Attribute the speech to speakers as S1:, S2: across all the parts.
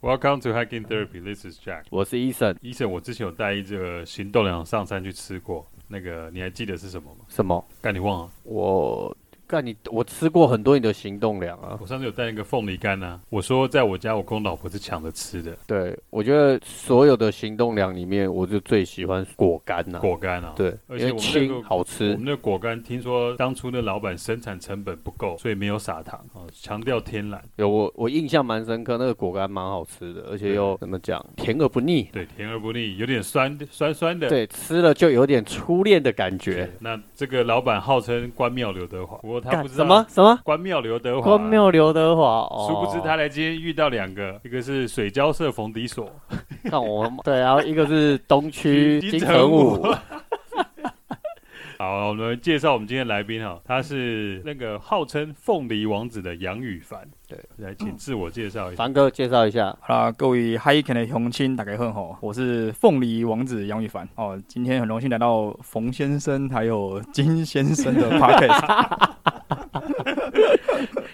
S1: Welcome to Hiking Therapy. This is Jack.
S2: 我是 Eason，
S1: 医生，我之前有带这个行动粮上山去吃过，那个你还记得是什么吗？
S2: 什么？
S1: 干，你忘了？
S2: 我干你，我吃过很多你的行动粮啊。
S1: 我上次有带那个凤梨干啊，我说在我家我跟我老婆是抢着吃的
S2: 对，我觉得所有的行动粮里面，我就最喜欢果干呐、
S1: 果干啊。
S2: 对，
S1: 而且
S2: 因为
S1: 我们那
S2: 轻
S1: 个
S2: 好
S1: 我
S2: 吃
S1: 们。的果干听说当初的老板生产成本不够，所以没有撒糖哦，强调天然，
S2: 有我我印象蛮深刻，那个果干蛮好吃的，而且又怎么讲，甜而不腻。
S1: 对，甜而不腻，有点酸酸酸的。
S2: 对，吃了就有点初恋的感觉。
S1: 那这个老板号称关庙刘德华，不过他
S2: 干
S1: 不知道
S2: 什么什么？
S1: 关庙刘德华，
S2: 荒谬刘德华哦，
S1: 殊不知他来今天遇到两个，一个是水交社冯迪所，
S2: 看我对，然后一个是东区
S1: 金
S2: 金
S1: 城
S2: 城
S1: 武
S2: 武，
S1: 好，我们介绍我们今天来宾哈，他是那个号称凤梨王子的杨宇凡。
S2: 对，
S1: 来，请自我介绍一下。
S2: 凡哥介绍一下。
S3: 好啦，各位 Hi Can 的雄亲，大家好吼，我是凤梨王子杨宇凡哦，今天很荣幸来到冯先生还有金先生的 podcast，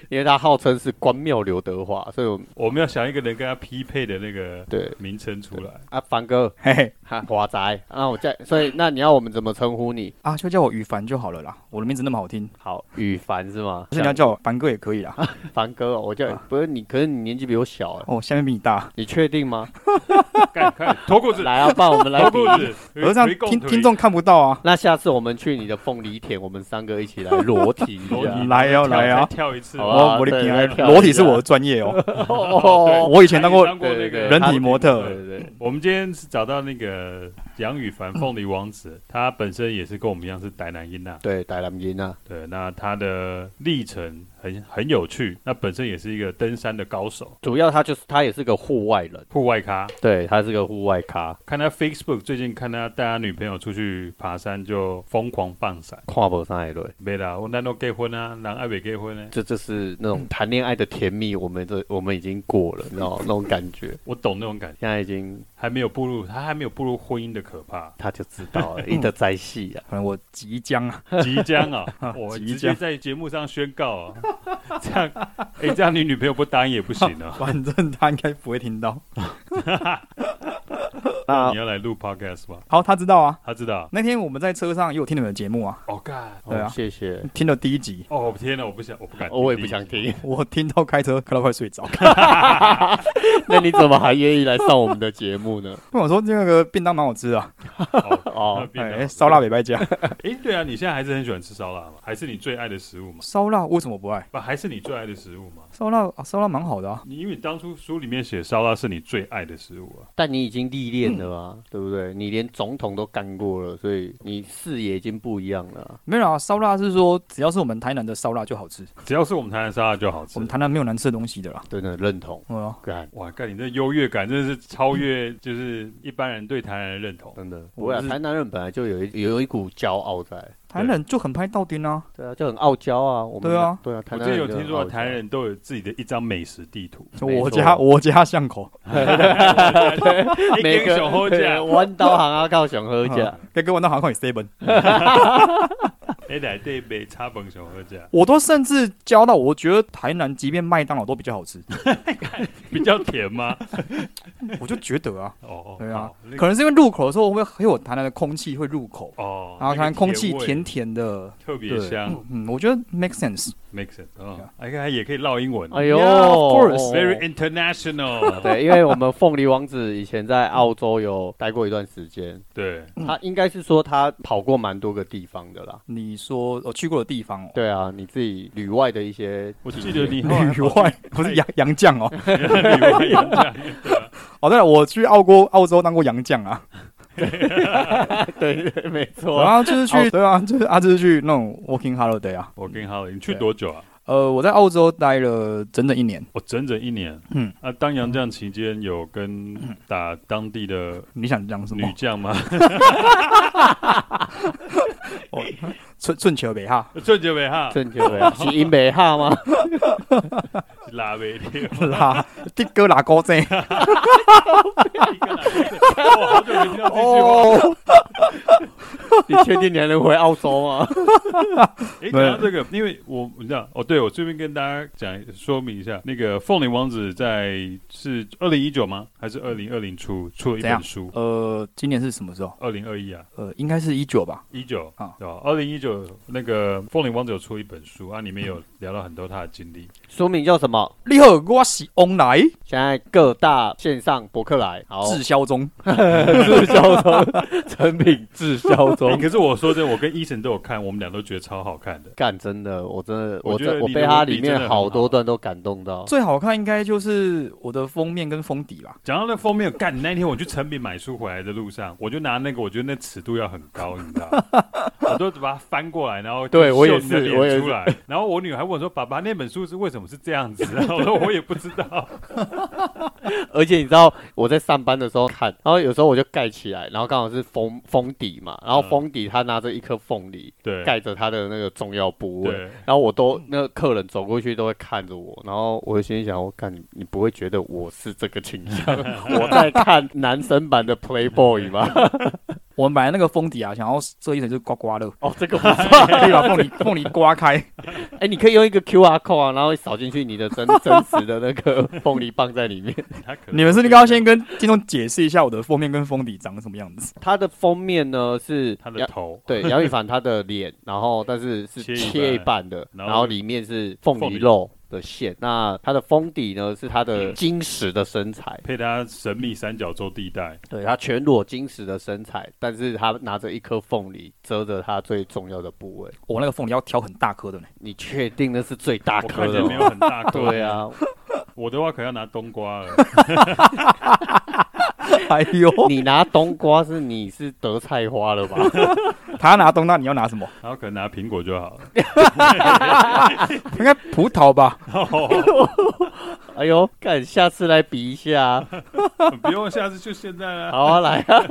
S2: 因为他号称是关庙刘德华，所以我
S1: 我们要想一个人跟他匹配的那个
S2: 对
S1: 名称出来。
S2: 啊，凡哥
S3: 嘿嘿，
S2: 哈华仔，那我叫，所以那你要我们怎么称呼你？
S3: 啊，就叫我宇凡就好了啦，我的名字那么好听，
S2: 好，羽凡是吗？
S3: 可是你要叫我凡哥也可以啦，
S2: 凡哥哦，我叫
S3: 啊
S2: 不是你，可是你年纪比我小哎，
S3: 哦，下面比你大，
S2: 你确定吗？
S1: 看，看，脱裤子，
S2: 来啊，爸，我们来
S1: 脱
S2: 比。
S1: 裤子。
S3: 可是这样
S1: 回共
S3: 听
S1: 腿
S3: 听众看不到啊，
S2: 那下次我们去你的凤梨田，我们三个一起来裸体一
S1: 裸体
S2: 下。
S3: 来
S1: 跳
S3: 哦来
S1: 再
S3: 哦
S1: 跳一次。
S2: 好啊
S3: 哦，我的
S2: 对
S3: 天
S2: 来
S3: 啊
S2: 跳，一
S3: 裸体是
S2: 下
S3: 我的专业哦，
S2: 哦，
S3: 我以前当过
S1: 当过那个
S2: 对对对
S3: 人体模特
S2: 对对对，
S1: 我们今天是找到那个杨宇凡，凤梨王子，他本身也是跟我们一样是台南音呐、
S2: 对，台南音啊，
S1: 对，那他的历程很很有趣，那本身也是一个登山的高手，
S2: 主要他就是他也是个户外人，
S1: 户外咖。
S2: 对他是个户外咖，
S1: 看他 Facebook 最近看他带他女朋友出去爬山就疯狂放闪，
S2: 跨不上一轮。
S1: 没啦，我难道结婚啊？人爱没结婚呢？
S2: 这就是那种谈恋爱的甜蜜，我们这我们已经过了，你知道那种感觉。
S1: 我懂那种感觉，
S2: 现在已经
S1: 还没有步入他还没有步入婚姻的可 怕，
S2: 他就知道了，一直在戏啊。
S3: 可能我即将啊，
S1: 即将 啊！我
S3: 即
S1: 直接
S3: 将
S1: 在节目上宣告啊， 这样，哎、这样你女朋友不答应也不行啊！
S3: 反正他应该不会听到，
S2: 那啊
S1: 你要来录 podcast 吗？
S3: 好，他知道啊，
S1: 他知道。
S3: 那天我们在车上也有听你们的节目啊，
S1: 哦干！
S3: 对啊
S2: 哦谢谢。
S3: 听了第一集，
S1: 哦天哪，我不想，我不敢，
S2: 哦我也不想。听，
S3: 我听到开车开到快睡着。
S2: 那你怎么还愿意来上我们的节目呢？
S3: 我想说那个便当蛮好吃啊，
S1: 哦，那
S2: 哦，
S1: 变得
S3: 哎，烧腊。北拜家，
S1: 哎，对啊，你现在还是很喜欢吃烧腊吗？还是你最爱的食物吗？
S3: 烧腊为什么不爱？
S1: 不，还是你最爱的食物吗？
S3: 烧腊啊烧腊蛮好的啊，
S1: 你因为你当初书里面写烧腊是你最爱的食物啊，
S2: 但你已经历练了啊，对不对？你连总统都干过了，所以你视野已经不一样了啊。
S3: 没有啊，烧腊是说只要是我们台南的烧腊就好吃，
S1: 只要是我们台南烧腊就好吃
S3: 我们。台南没有难吃的东西的啦。
S2: 真的认同，
S3: 对啊，
S2: 干，
S1: 哇，干你这优越感真的是超越，就是一般人对台南的认同。
S2: 真的。
S3: 我
S2: 不会啊，
S3: 是
S2: 台南人本来就有一有一股骄傲在，
S3: 台南人就很拍到丁啊，
S2: 对啊，就很傲娇啊。我们
S3: 对啊
S2: 对啊，台
S1: 我之
S2: 南
S1: 前
S2: 人
S1: 有
S2: 就很
S1: 听说
S2: 傲娇
S1: 台南人都有自己的一张美食地图，
S2: 没错
S3: 我家我家巷口，
S2: 每
S1: 英雄后
S2: 个对
S1: 价，
S2: 弯刀行啊，靠熊喝价，
S3: 跟嗯跟我那好像有 seven，
S1: 哎，来对北插本熊后价，
S3: 我都甚至教到我觉得台南即便麦当劳都比较好 吃，
S1: 比较甜吗？
S3: 我就觉得啊，
S1: 哦，
S3: 对啊
S1: 好，那
S3: 可能是因为入口的时候会会有台南的空气会入口，啊
S1: 哦，
S3: 然后台
S1: 那
S3: 南
S1: 个
S3: 空气
S1: 味
S3: 甜甜的，
S1: 特别
S3: 对
S1: 香
S3: 嗯，我觉得 make sense。
S1: ，make sense，
S3: 对
S1: 哦
S3: 啊，哦
S1: 哎，还也可以唠英文
S2: 哎呦
S3: Yeah, of course,
S1: ，very
S2: 哦
S1: international，
S2: 对，因为我们凤梨王子以前在澳洲有待过一段时间，
S1: 对，
S2: 他应该是说他跑过蛮多个地方的啦。
S3: 你说我去过的地方哦，
S2: 对啊，你自己旅外的一些，
S1: 我记得 你后 来
S3: 旅外不是洋洋酱哦。
S1: 旅外也这样
S3: 哦，对了，我去澳国澳洲当过洋酱啊，
S2: 对对，没
S3: 然
S2: 错。
S3: 后就是去，哦对啊， 就是啊，就是去那种 working holiday 啊。
S1: 我跟好，你去多久啊？
S3: 呃，我在澳洲待了整整一年，
S1: 我整整一年。
S3: 嗯，
S1: 啊，当洋将期间有跟打当地的
S3: 你想讲什
S1: 女
S3: 么？
S1: 将吗？
S3: 顺顺球北 哈，
S1: 顺杰维哈
S2: 正确的，是英美哈吗？
S1: 拉维利，
S3: 拉的哥拉高这，
S1: 哇，好久没听到这句话。
S2: 哦，你确定你还能回澳洲吗？
S1: 哎，讲到这个，因为我你知道哦，对我这边跟大家讲说明一下，那个凤梨王子在是二零一九吗？还是二零二零出出了一
S3: 怎
S1: 本
S3: 样
S1: 书？
S3: 呃，今年是什么时候？
S1: 二零二一啊，
S3: 呃，应该是一九吧。
S1: 一九
S3: 啊
S1: 对吧？二零一九那个凤梨王子有出一本书啊，里面有聊到很多他的经 历。
S2: 书名叫什么？
S3: 你好，我是翁来，
S2: 现在各大线上博客来，好，
S3: 滞销中。
S2: 滞销 中，成品滞销
S1: 哎
S2: 中。
S1: 可是我说真的，我跟医生都有看，我们俩都觉得超好看的。
S2: 干，真的，我真的，
S1: 我
S2: 我
S1: 觉得
S2: 真，我
S1: 李
S2: 被
S1: 德
S2: 它
S1: 利
S2: 里
S1: 真的
S2: 面
S1: 很
S2: 好啊
S1: 好
S2: 多段都感动到。
S3: 最好看应该就是我的封面跟封底吧。
S1: 讲到那封面，干！那天我去成品买书回来的路上，我就拿那个，我觉得那尺度要很高，你知道 吗，我都把它翻过来，然后
S2: 对
S1: 就
S2: 我也
S1: 秀你的
S2: 是
S1: 脸
S2: 我也是
S1: 出来。然后我女儿还问我说：“爸爸，那本书是为什么是这样子？”然后我说：“我也不知道。
S2: 而且你知道我在上班的时候看，然后有时候我就盖起来，然后刚好是封封底嘛，然后
S1: 嗯
S2: 封底他拿着一颗凤梨”
S1: 对，
S2: 盖着他的那个重要部位，
S1: 对，
S2: 然后我都那个客人走过去都会看着我，然后我心里想，我看你，你不会觉得我是这个倾 向？我在看男生版的 Playboy 吗？
S3: 我们本来那个封底啊，想要设计成就是刮刮 乐，
S2: 哦，这个 不错。
S3: 可以把凤梨凤梨刮开。
S2: 哎、你可以用一个 QR code 啊，然后扫进去你的真真实的那个 凤梨棒在里面。
S1: 他可能
S3: 你们是不是要先跟听众解释一下我的封面跟封底长什么样子？
S2: 它的封面呢是
S1: 他的
S2: 杨
S1: 头，
S2: 对杨羽凡他的脸，然后但是 是
S1: 切一
S2: 切一
S1: 半
S2: 半的，
S1: 然
S2: 然
S1: 后
S2: 后里面是凤
S1: 凤梨嗯
S2: 梨肉的馅。那它的封底呢是它的金石的身材。
S1: 配他神秘三角洲地带，
S2: 对他全裸金石的身材，但是他拿着一颗凤梨遮着他最重要的部位。
S3: 我那个凤梨要挑很大颗的呢。
S2: 你确定那是最大
S1: 我看
S2: 颗
S1: 起来
S2: 的
S1: 没有
S2: 吗？
S1: 很大颗。
S2: 对，啊，
S1: 我的话可要拿冬瓜了。
S3: 哎呦，
S2: 你拿冬瓜是你是得菜花了吧？
S3: 他拿冬瓜，你要拿什 么？
S1: 然后可能拿苹果就好了。
S3: 应该葡萄吧？
S2: 哎呦，看下次来比一下啊，
S1: 不用，下次就现在啦。
S2: 好啊，来啊！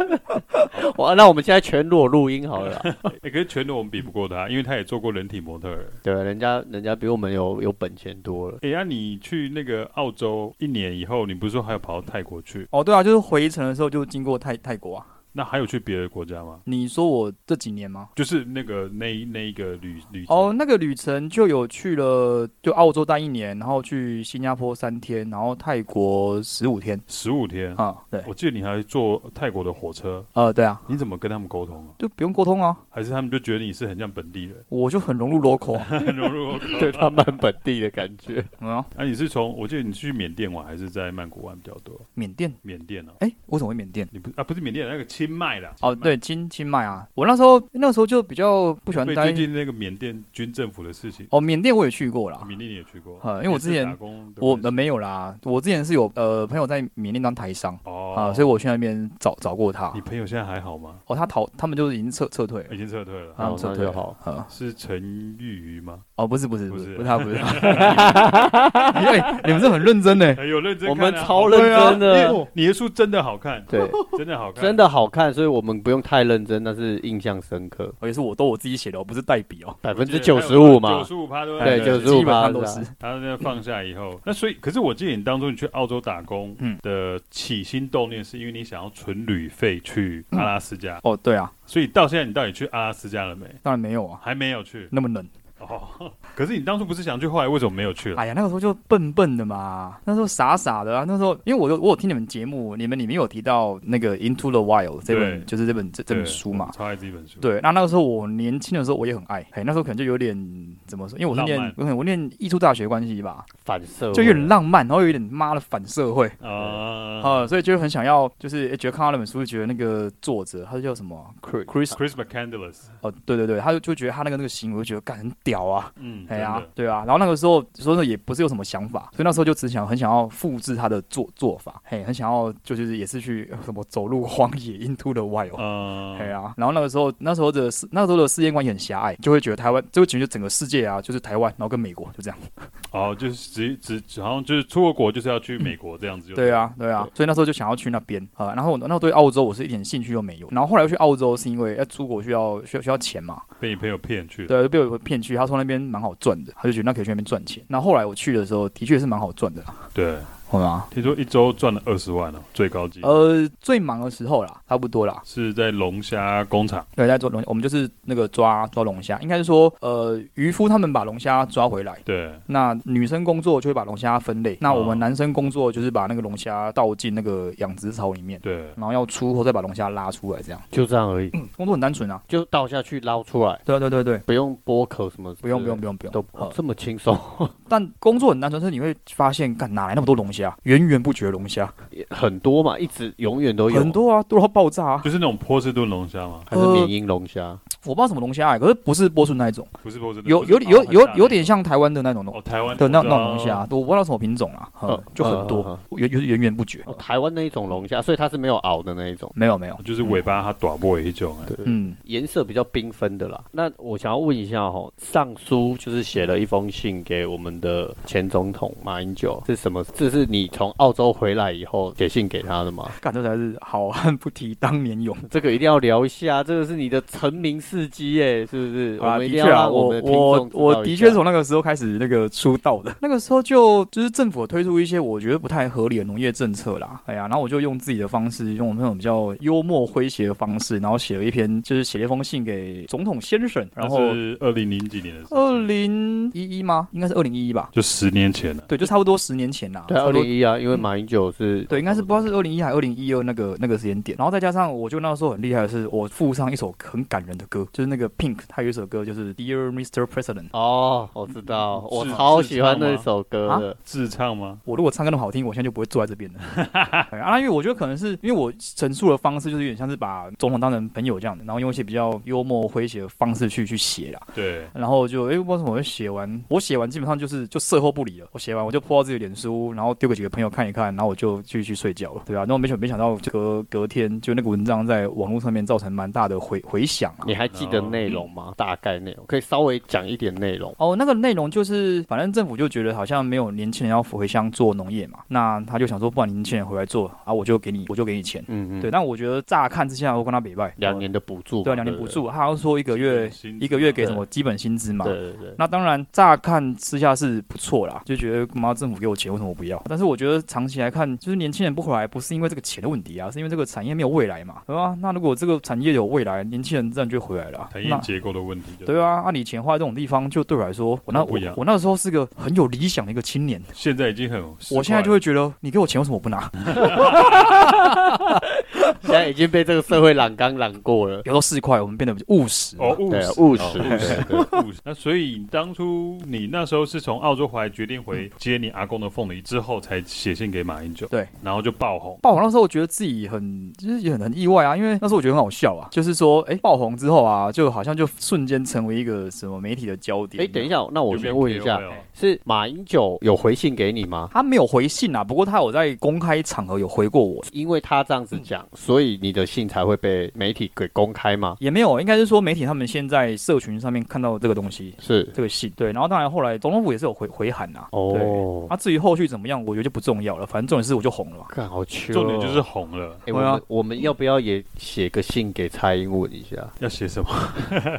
S2: 哇，那我们现在全裸录音好了啊。
S1: 哎，可是全裸我们比不过他，因为他也做过人体模特儿。
S2: 对，啊人家人家比我们有有本钱多了。
S1: 哎、那、你去那个澳洲一年以后，你不是说还有跑到泰国去？
S3: 哦，对啊，就是回程的时候就经过泰泰国啊。
S1: 那还有去别的国家吗？
S3: 你说我这几年吗？
S1: 就是那个那一那一个旅旅程
S3: 哦，那个旅程就有去了，就澳洲待一年，然后去新加坡三天，然后泰国十五天
S1: 十五天。
S3: 啊、对，
S1: 我记得你还坐泰国的火车，
S3: 呃，对啊，
S1: 你怎么跟他们沟通啊？
S3: 就不用沟通啊，？
S1: 还是他们就觉得你是很像本地人
S3: 我就很融入 local 啊。
S1: 很融入我。
S2: 对他们本地的感觉，
S3: 嗯啊，
S1: 啊，你是从我记得你去缅甸玩，还是在曼谷玩比较多？
S3: 缅甸，
S1: 缅甸哦，
S3: 哎、我怎么会缅甸？
S1: 你不啊不是缅甸，那个清迈啦。
S3: 哦，
S1: 清迈。
S3: 对，清清迈啊，我那时候那时候就比较不喜欢
S1: 对，
S3: 待
S1: 最。近那个缅甸军政府的事情，
S3: 哦，缅甸我也去过啦，
S1: 缅甸你也去过？
S3: 啊因为我之前
S1: 也是打工的
S3: 我
S1: 关系
S3: 呃没有啦，我之前是有呃朋友在缅甸当台商
S1: 哦
S3: 啊，所以我去那边找找过他
S1: 你。朋哎友现在还好吗？
S3: 哦，他逃，他们就是已经撤撤退了
S1: 已经撤退了。
S3: 啊
S2: 好
S3: 撤
S2: 那
S3: 退
S2: 就
S3: 了
S2: 好。
S3: 啊。
S1: 是陈玉瑜吗？
S3: 哦，不是不是
S1: 不
S3: 不
S1: 是
S3: 是不是他不是他，你哎你们这很认真呢。
S1: 哎有认真
S2: 我
S1: 看啊、
S2: 们超
S1: 好看
S2: 认真
S1: 对啊
S2: 的
S1: 因为你的书真的好看，
S2: 对，
S1: 真的好看，
S2: 真。的好看，所以我们不用太认真，但是印象深刻。
S3: 而且是我都我自己写的哦，不是代笔哦。
S2: 百分之九十五
S1: 九
S2: 嘛，
S1: 十五趴对不
S2: 对
S1: 对
S2: 95%
S3: 基本上都是。
S1: 他那放下以后，那所以，可是我记得你当初你去澳洲打工
S3: 嗯
S1: 的起心动念，是因为你想要存旅费去阿拉斯加，
S3: 哦，对啊，
S1: 所以到现在你到底去阿拉斯加了没？
S3: 当然没有啊，
S1: 还没有去
S3: 那么冷。
S1: 哦。 可是你当初不是想去，后来为什么没有去了？
S3: 哎呀，那个时候就笨笨的嘛，那时候傻傻的啊。那时候因为我有我有听你们节目，你们里面有提到那个《Into the Wild》这
S1: 对
S3: 本，就是这本这这本
S1: 对
S3: 书嘛
S1: 我。超爱这本书。
S3: 对，那那个时候我年轻的时候我也很爱，嘿，那时候可能就有点怎么说，因为我是
S1: 浪
S3: 念
S1: 漫哦
S3: 我可能我念艺术大学关系吧，
S2: 反射
S3: 就有
S2: 会
S3: 点浪漫，然后有点妈的反社会。
S1: 啊
S3: 啊、所以就很想要，就是、诶觉得看到那本书，就觉得那个作者他叫什么啊 Chris，
S1: ，Chris McCandless，
S3: 哦，对对对，他就就觉得他那个那个行为，我就觉得干很屌啊，
S1: 嗯，
S3: 哎呀、
S1: 真的
S3: 对啊，然后那个时候说的也不是有什么想法，所以那时候就只想很想要复制他的做做法，嘿，很想要就就是也是去呃什么走入荒野 into the wild，、
S1: 嗯，
S3: 哎呀、然后那个时候那时候的世那时候的世界观也很狭隘，就会觉得台湾就会觉得整个世界啊就是台湾，然后跟美国就这样，
S1: 哦，就是只只只好像就是出过国就是要去美国这样子就
S3: 对，啊对啊，所以那时候就想要去那边啊、然后我那我对澳洲我是一点兴趣都没有，然后后来去澳洲是因为要出国需要需要需要钱嘛，
S1: 被你朋友骗去了。
S3: 对，啊就被我骗去。他说那边蛮好赚的，他就觉得那可以去那边赚钱。那后来我去的时候，的确是蛮好赚的啦。
S1: 对，
S3: 好吗？
S1: 听说一周赚了二十万哦，最高级。
S3: 呃，最忙的时候啦，差不多啦。
S1: 是在龙虾工厂，
S3: 对，在做龙，我们就是那个抓抓龙虾，应该是说，呃，渔夫他们把龙虾抓回来，
S1: 对，
S3: 那女生工作就会把龙虾分类，那我
S1: 哦
S3: 们男生工作就是把那个龙虾倒进那个养殖槽里面，
S1: 对，
S3: 然后要出后再把龙虾拉出来，这样
S2: 就这样而已，
S3: 工作很单纯啊。
S2: 就倒下去捞出来，
S3: 对啊对对对，
S2: 不用剥壳什么，
S3: 不用不用不用不用，
S2: 都
S3: 呃
S2: 这么轻松，
S3: 但工作很单纯，是你会发现，干哪来那么多龙虾？源源不绝的龙虾，
S2: 很多嘛，一直永远都有，
S3: 很多啊，多到爆炸啊！
S1: 就是那种波士顿龙虾吗？
S2: 还是缅因龙虾，
S3: 我不知道什么龙虾、欸，可是不是波顺那一种，
S1: 不是波士顿，
S3: 有
S1: 不是
S3: 有有
S1: 哦
S3: 有
S1: 很大
S3: 有点像台湾的那种龙
S1: 哦，台湾
S3: 的那那种
S1: 我
S3: 龙
S1: 知道
S3: 虾，我不知啊道什么品种啦，嗯
S2: 嗯
S3: 就很
S2: 嗯
S3: 多，源源源源不绝。
S2: 哦台湾那一种龙虾，所以它是没有熬的那一种，
S3: 没有没有，
S1: 就是尾巴它短波一种，哎
S2: 对
S3: 嗯，
S2: 颜色比较缤纷的啦。那我想要问一下哈，上书就是写了一封信给我们的前总统马英九，是什么？这是你从澳洲回来以后写信给他的 吗？
S3: 干这才是好汉不提当年勇。
S2: 这个一定要聊一下，这个是你的成名事迹耶，是不是？
S3: 啊，
S2: 我们
S3: 的
S2: 一
S3: 确
S2: 定要
S3: 啊，
S2: 让
S3: 我
S2: 们的听
S3: 我
S2: 众
S3: 我的确
S2: 从
S3: 从那个时候开始那个出道的，那个时候就就是政府有推出一些我觉得不太合理的农业政策啦，哎呀，然后我就用自己的方式，用我们那种比较幽默诙谐的方式，然后写了一篇，就是写了一封信给总统先生，然后
S1: 那是二零零几年的时候
S3: 二，零一一吗？应该是二零一一吧？
S1: 就十年前了。
S3: 对，就差不多十年前啦，
S2: 对
S3: 差
S2: 二
S3: 不多
S2: 零一啊，因为马英九是
S3: 对，应该是不知道是二零一还二零一二那个那个时间点，然后再加上我就那时候很厉害的是，我附上一首很感人的歌，就是那个 Pink，他有一首歌就是 Dear Mr. President。
S2: 哦，我知道，我
S1: 是
S2: 超
S1: 是
S2: 喜欢
S1: 唱
S2: 那
S1: 吗
S2: 首歌
S3: 啊
S2: 的。
S1: 自唱吗？
S3: 我如果唱歌那么好听，我现在就不会坐在这边了。对啊，因为我觉得可能是因为我陈述的方式就是有点像是把总统当成朋友这样的，然后用一些比较幽默诙谐的方式去去写啦。
S1: 对，
S3: 然后就哎，诶不知道为什么我就写完，我写完基本上就是就事后不理了。我写完我就泼到自己的脸书，然后丢给几个朋友看一看，然后我就继续去睡觉了，对啊，然后没想没想到隔隔天就那个文章在网络上面造成蛮大的回回响啊。
S2: 你还记得内容吗？大概内容可以稍微讲一点内容。
S3: 哦，那个内容就是，反正政府就觉得好像没有年轻人要回乡做农业嘛，那他就想说，不然年轻人回来做啊，我就给你，我就给你钱。
S2: 嗯嗯，
S3: 对，，但我觉得乍看之下，我跟他北拜
S2: 两，年的补助嘛，
S3: 对啊，两年
S2: 不
S3: 补
S2: 对
S3: 助，他好像说一个月
S1: 基本薪资
S3: 一个月给
S2: 对
S3: 什么基本薪资嘛。
S2: 对对对，
S3: 那当然，乍看之下是不错啦，就觉得妈政府给我钱，为什么我不要？但是我觉得长期来看，就是年轻人不回来，不是因为这个钱的问题啊，是因为这个产业没有未来嘛，对吧？那如果这个产业有未来，年轻人自然就会回来了啊。
S1: 产业
S3: 那
S1: 结构的问题。
S3: 对，啊，啊，你钱花在这种地方，就对我来说，我那
S1: 不
S3: 我
S1: 一样
S3: 我那时候是个很有理想的一个青年，
S1: 现在已经很，
S3: 我现在就会觉得，你给我钱为什么我不拿？
S2: 现在已经被这个社会染缸染过 了。
S3: 有时候四块，我们变得务实了
S1: 哦务
S2: 对啊
S1: 实，
S2: 务实
S1: 哦
S2: 对
S1: 务实，务实。那所以当初你那时候是从澳洲回来，决定回接你阿公的凤梨之后，才写信给马英九，
S3: 对，
S1: 然后就爆红。
S3: 爆红那时候，我觉得自己很就是也很很意外啊，因为那时候我觉得很好笑啊，就是说，哎、爆红之后啊，就好像就瞬间成为一个什么媒体的焦点。
S2: 哎，等一，下，那我
S1: 有没有
S2: 先问一
S1: KOL
S2: 下，是马英九有回信给你吗？
S3: 他没有回信啊，不过他有在公开场合有回过我，
S2: 因为他这样子讲，所以你的信才会被媒体给公开吗？
S3: 也没有，应该是说媒体他们先在社群上面看到这个东西，
S2: 是
S3: 这个信，对，然后当然后来总统府也是有回回函啊，对。
S2: 哦，
S3: 啊，至于后续怎么样，我觉得就不重要了，反正重点是我就红了嘛。
S2: 看好糗哦。
S1: 重点就是红了，
S2: 哎，
S3: 对
S2: 我
S3: 啊
S2: 们我们要不要也写个信给蔡英文一 下？
S1: 要写什么？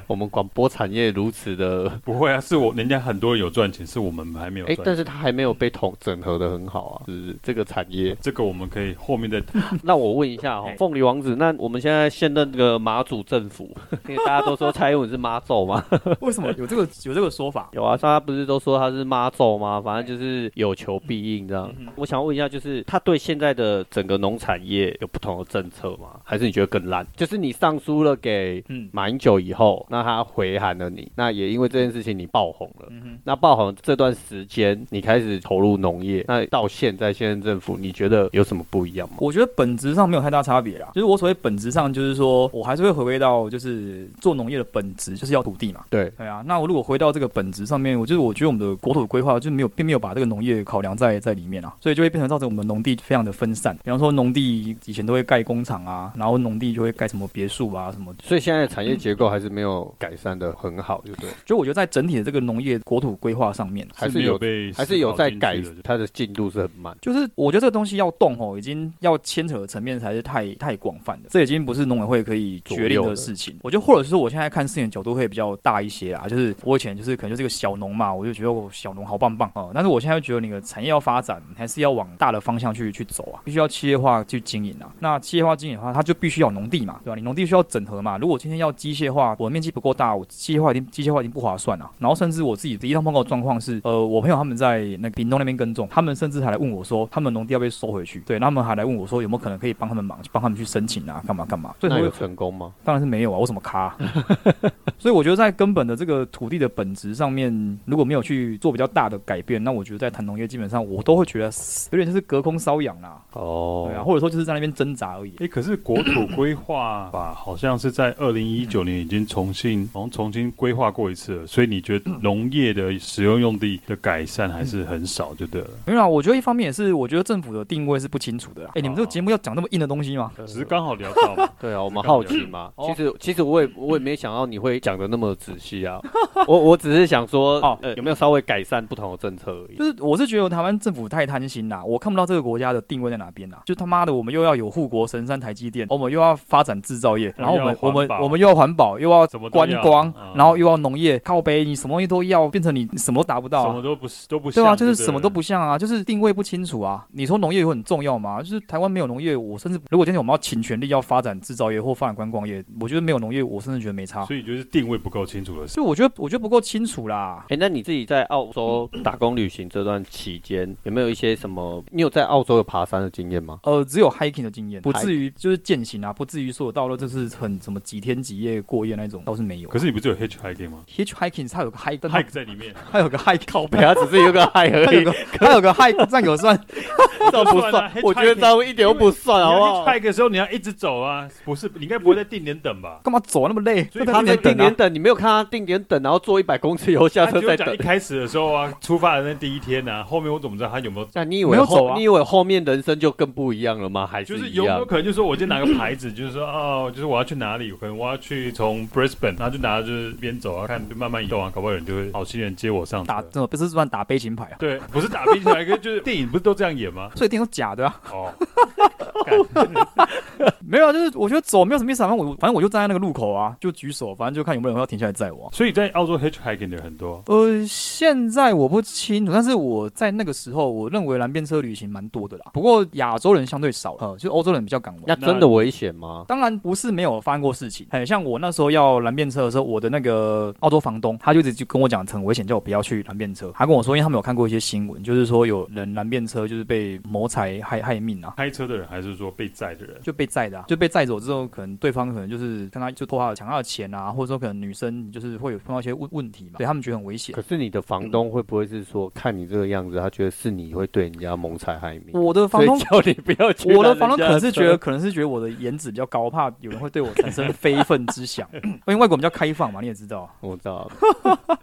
S2: 我们广播产业如此的，
S1: 不会啊，是我人家很多人有赚钱，是我们还没有
S2: 哎，
S1: 赚。
S2: 但是他还没有被统整合的很好啊，是不是？这个产 业。
S1: 这个我们可以后面再谈。
S2: 那我问一 下哦
S3: 哎，
S2: 凤梨王子，那我们现在现任这个马祖政府， 因为大家都说蔡英文是妈祖嘛，
S3: 为什么有这个有这个说法？
S2: 有啊，大家不是都说他是妈祖吗？反正就是有求必应这样。
S3: 嗯
S2: 我想问一下，就是他对现在的整个农产业有不同的政策吗？还是你觉得更烂？就是你上书了给
S3: 嗯
S2: 马英九以后，那他回函了你，那也因为这件事情你爆红了。
S3: 嗯哼，
S2: 那爆红这段时间，你开始投入农业，那到现在现任政府，你觉得有什么不一样吗？
S3: 我觉得本质上没有太大差别啦。就是我所谓本质上，就是说我还是会回归到就是做农业的本质，就是要土地嘛。
S2: 对，
S3: 对啊，那我如果回到这个本质上面，我就是我觉得我们的国土规划就没有并没有把这个农业考量在在里面啊，所以就会变成造成我们农地非常的分散。比方说农地以前都会盖工厂啊，然后农地就会盖什么别墅啊什么。
S2: 所以现在的产业结构还是没有改善的很好，就对，
S3: 就我觉得在整体的这个农业国土规划上面，
S2: 还
S1: 是没
S2: 有
S1: 被
S2: 还是有在
S1: 思考
S2: 改
S1: 进去的，
S2: 它的进度是很慢。
S3: 就是我觉得这个东西要动哦，已经要牵扯的层面才是太太广泛的，这已经不是农委会可以决定的事情。我觉得或者是我现在看事情的角度会比较大一些啦，就是我以前就是可能就是个小农嘛，我就觉得我小农好棒棒哦、但是我现在觉得你的产业要发展，还是要往大的方向去去走啊，必须要企业化去经营啊。那企业化经营的话，它就必须要有农地嘛，对吧、你农地需要整合嘛。如果今天要机械化，我面积不够大，我机械化已经机械化已经不划算了、然后甚至我自己第一趟碰到的状况是，呃，我朋友他们在那个屏东那边耕种，他们甚至还来问我说，他们农地要被收回去，对，那他们还来问我说有没有可能可以帮他们忙，帮他们去申请啊，干嘛干嘛。最后
S2: 那有成功吗？
S3: 当然是没有啊，我什么咖、 所以我觉得在根本的这个土地的本质上面，如果没有去做比较大的改变，那我觉得在谈农业基本上我都会觉得有点就是隔空瘙痒啦，
S2: 哦
S3: 对啊，，或者说就是在那边挣扎而已。
S1: 哎，可是国土规划法好像是在二零一九年已经重新，好像重新规划过一次了，所以你觉得农业的使用用地的改善还是很少，就对了。
S3: 没有啊，我觉得一方面也是，我觉得政府的定位是不清楚的啦。哎、你们这个节目要讲那么硬的东西吗？
S1: 只是刚好聊到嘛，
S2: 对啊，我们好奇嘛。
S3: 哦
S2: 其实其实我也我也没想到你会讲的那么仔细 啊。我我只是想说，
S3: 哦
S2: 呃，有没有稍微改善不同的政策而已
S3: 就。是我是觉得台湾政府太贪心啦，我看不到这个国家的定位在哪边啦。就他妈的，我们又要有护国神山台积电，我们又要发展制造业，然后我们
S1: 又要
S3: 我
S1: 环
S3: 们
S1: 保
S3: 我们又要环保，又要
S1: 什么都
S3: 观
S1: 要
S3: 光
S1: 嗯，
S3: 然后又要农业，靠背，你什么东西都要，变成你什么都达不到
S1: 什
S3: 啊、
S1: 么都不是，都不
S3: 对
S1: 像
S3: 啊，就是
S1: 对
S3: 什么
S1: 了
S3: 都不像啊，就是定位不清楚啊。你说农业有很重要吗？就是台湾没有农业，我甚至如果今天我们要请全力要发展制造业或发展观光业，我觉得没有农业，我甚至觉得没差。
S1: 所以就是定位不够清楚了。
S3: 所以我觉得我觉得不够清楚啦。
S2: 哎、那你自己在澳洲打工旅行这段期间，有没有一些什么？你有在澳洲有爬山的经验 吗？
S3: 呃，只有 hiking 的经验，不至于就是践行啊，不至于说我到了就是很什么几天几夜过夜那种，倒是没有。
S1: 可是你不是有 hitchhiking 吗
S3: hitch hiking 它有个 hike，但它
S1: ？hike 在里面，
S3: 它有个 hike 靠
S2: 对，他只是有个嗨而
S3: 它有
S2: 已，
S3: 个它有个 hike 这样有算
S2: 这不
S1: 算啊
S2: 算。我觉得这一点都不算，好不啊好？
S1: ？hike 的时候你要一直走啊，不是？你应该不会在定点等吧？
S3: 干嘛走那么累？
S1: 所以
S3: 在
S2: 他
S3: 那
S2: 在
S3: 边
S2: 定
S3: 等啊
S2: 点等，你没有看他定点等，然后坐一百公尺以后下
S1: 他
S2: 车
S1: 只有
S2: 再
S1: 啊讲
S2: 等
S1: 一。开始的时候啊，出发的那第一天啊，后面我怎么知道他有没有？
S2: 那你以
S3: 没
S2: 为
S3: 有
S2: 后、
S3: 走啊
S2: 你以为后面人生就更不一样了吗？还
S1: 就是是
S2: 一
S1: 有没
S2: 样
S1: 有？可能就是说，我今天拿个牌子，就是说哦，就是我要去哪里，可能我要去从 Brisbane，然后就拿着就是边走啊，看慢慢移动啊，搞不好有人就会好心人接我上
S3: 打
S1: 车。
S3: 这种不是算打悲情牌啊，
S1: 对，不是打冰球，可是就是电影不是都这样演 吗？
S3: 所以一定有假的啊。
S1: 哦，
S3: 没有，啊，就是我觉得走没有什么意思啊，反正我反正我就站在那个路口啊，就举手，反正就看有没有人要停下来载我啊。
S1: 所以在澳洲 hitchhiking 的很多，
S3: 呃，现在我不清楚，但是我在那个时候，我认为蓝边车旅行蛮多的啦。不过亚洲人相对少了，呃，就欧洲人比较敢玩。
S2: 那真的危险吗？
S3: 当然不是没有发生过事情，很像我那时候要蓝便车的时候，我的那个澳洲房东他就一直就跟我讲很危险，叫我不要去蓝便车。他跟我说，因为他们有看过一些新闻，就是说有人蓝便车就是被谋财害害命啊。
S1: 开车的人还是说被载的人？
S3: 就被载的、啊，就被载走之后，可能对方可能就是跟他就偷他的抢他的钱啊，或者说可能女生就是会有碰到一些问问题嘛，对他们觉得很危险
S2: 可。是你的房东会不会是说，看你这个样子，他觉得是你会对人家谋财害命，
S3: 我的
S2: 所
S3: 房
S2: 以
S3: 东
S2: 叫你不要去拦人家车？
S3: 我的房东可能是觉得，可能是觉得我的颜值比较高，怕有人会对我产生非分 之想。因为外国比较开放嘛，你也知道。
S2: 我知道，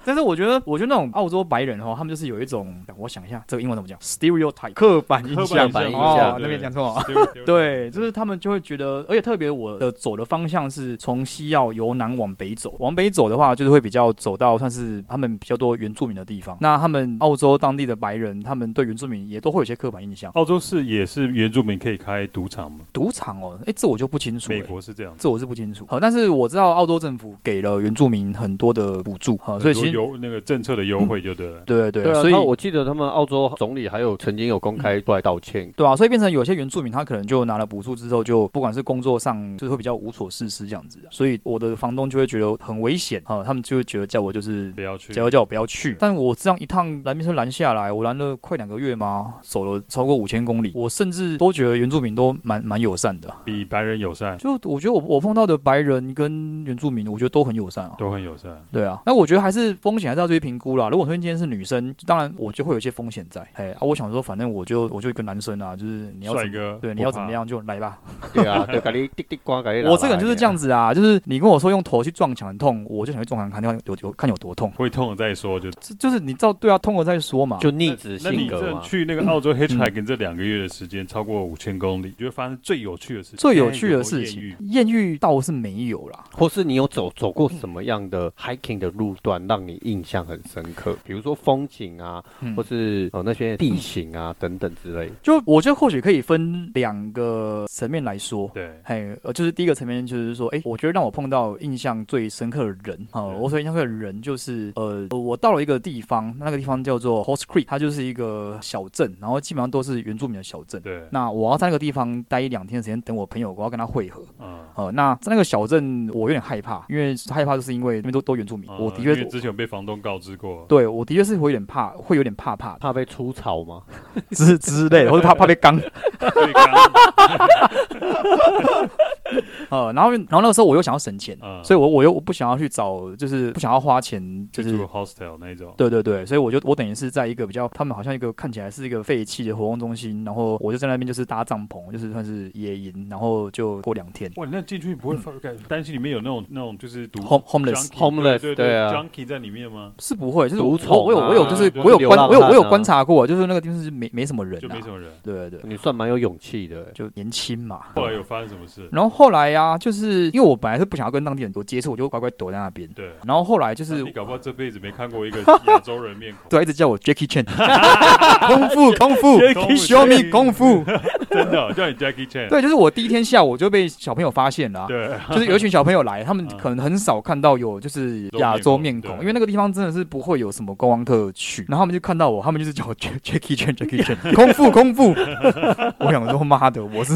S3: 但是我觉得，我觉得那种澳洲白人哦，他们就是有一种，我想一下，这个英文怎么讲？stereotype，刻板印
S1: 刻
S3: 象。
S2: 刻板印
S3: 哦
S2: 象，
S3: 那边讲错啊。
S1: 对
S3: 对，就是他们就会觉得，而且特别我的走的方向是从西澳由南往北走，往北走的话，就是会比较走到算是他们比较多原住民的地方。那他们澳洲当地的白人，他们对原住民也都会有一些刻板印象。
S1: 澳洲是也是原住民可以开赌场吗？
S3: 赌场哦，哎，这我就不清楚了。
S1: 美国是这样，
S3: 这我是不清楚。好，但是我知道澳洲政府给了原住民很多的补助，好，哦所以其
S1: 很
S3: 实嗯
S1: 多优那个政策的优惠就对了。
S3: 对对对，
S2: 对啊。
S3: 所
S2: 所
S3: 以
S2: 以我记得他们澳洲总理还有曾经有公开出来道歉，
S3: 对啊，所以变成有些原住民他可能就拿了补助之后，就不管是工作上，就是会比较无所事事这样子。啊所以我的房东就会觉得很危险啊，他们就会觉得叫我就是
S1: 不。要去
S3: 叫我叫我不要去，但我这样一趟蓝冰车拦下来，我拦了快两个月嘛，走了超过五千公里，我甚至都觉得原住民都蛮蛮友善的啊。
S1: 比白人友善，
S3: 就我觉得我我碰到的白人跟原住民，我觉得都很友善啊。
S1: 都很友善。
S3: 对啊，那我觉得还是风险还是要自己评估啦。如果说今天是女生，当然我就会有一些风险在。哎、啊，我想说，反正我就我就一个男生啊，就是你要怎
S1: 帅
S3: 么
S1: 哥，
S3: 对你要怎么？样就来吧。
S2: 对啊，对，啊咖喱滴滴呱，咖喱啦啦。
S3: 我这个人就是这样
S2: 子，
S3: 子啊，就是你跟我说用头去撞墙很痛，我就想去撞墙看看有有看有多痛。
S1: 会痛了再说，就
S3: 就就是你照对啊，痛了再说嘛。
S2: 就逆子
S1: 那你
S2: 性格
S1: 这
S2: 嘛。
S1: 去那个澳洲 hitchhiking 这两个月的时间，超过五千公里，你会发生最有趣的事情，
S3: 最有趣的
S1: 哎
S3: 事
S1: 有没有
S3: 情
S1: 艳遇，
S3: 艳遇倒是没有啦。
S2: 或是你有走走过什么样的 hiking 的路段让你印象很深刻？比如说风景啊，
S3: 嗯
S2: 或是哦那些地形啊等等之类的。
S3: 就我觉得或许可以分两个层面来说，
S1: 对，
S3: 嘿，呃，就是第一个层面就是说，哎、我觉得让我碰到印象最深刻的人啊、呃
S1: 嗯
S3: 我所印象最深刻的人就是，呃，我到了一个地方，那个地方叫做 Horse Creek，它就是一个小镇，然后基本上都是原住民的小镇。
S1: 对，
S3: 那我要在那个地方待一两天的时间，等我朋友，我要跟他会合。
S1: 嗯，
S3: 呃，那在那个小镇，我有点害怕，因为害怕就是因为那边都都原住民，
S1: 嗯
S3: 我的
S1: 因
S3: 确
S1: 为，之前有被房东告知过，
S3: 对我的确是会有点怕，会有点怕怕的
S2: 怕被出草吗？
S3: 嗯之之类的，或者怕 怕被刚
S1: 对，刚
S3: 呃，然后然后那个时候我又想要省钱，
S1: 嗯
S3: 所以我我又我不想要去找，就是不想要花钱，就
S1: 就是住 hostel 那种，
S3: 对对对，所以我就我等于是在一个比较他们好像一个看起来是一个废弃的活动中心，然后我就在那边就是搭帐篷，就是算是野营，然后就过两天。
S1: 哇，那进去不会发感担心里面有那种那种就是毒
S3: Home- homeless
S1: junkie，
S2: homeless，
S1: 对
S2: 对啊
S1: j u n k i e 在里面吗？
S3: 是不会，就是
S2: 毒
S3: 我
S2: 虫啊
S3: 我有我有就是
S1: 就是
S3: 我有
S2: 流
S3: 观
S2: 浪
S3: 我有
S2: 汉
S3: 我有
S2: 啊
S3: 观察过，就是那个地方是没没什么人、啊，
S1: 就没什么人。
S3: 对对对，
S2: 你算蛮有勇气的欸，
S3: 就年轻嘛。
S1: 后来有发生什么事？
S3: 然后后来呀、就是因为我本来是不想要跟当地人有接触，我就乖乖躲在那边。
S1: 对，
S3: 然后后来就是
S1: 你搞不好这辈子没看过一个亚洲人面孔，
S3: 对，一直叫我 Jackie Chan，功夫功夫
S1: Jackie
S3: ，Show me
S1: Chan
S3: 功夫。
S1: 真的叫你 Jackie Chan。
S3: 对，就是我第一天下午就被小朋友发现了啊、
S1: 对，
S3: 就是有一群小朋友来，他们
S1: 嗯
S3: 可能很少看到有就是亚洲面孔，
S1: 对
S3: 因为那个地方真的是不会有什么观光客去，然后他们就看到我，他们就是叫我 Jack- Jackie Chan Jackie Chan，空腹空腹， 我想说妈的，我是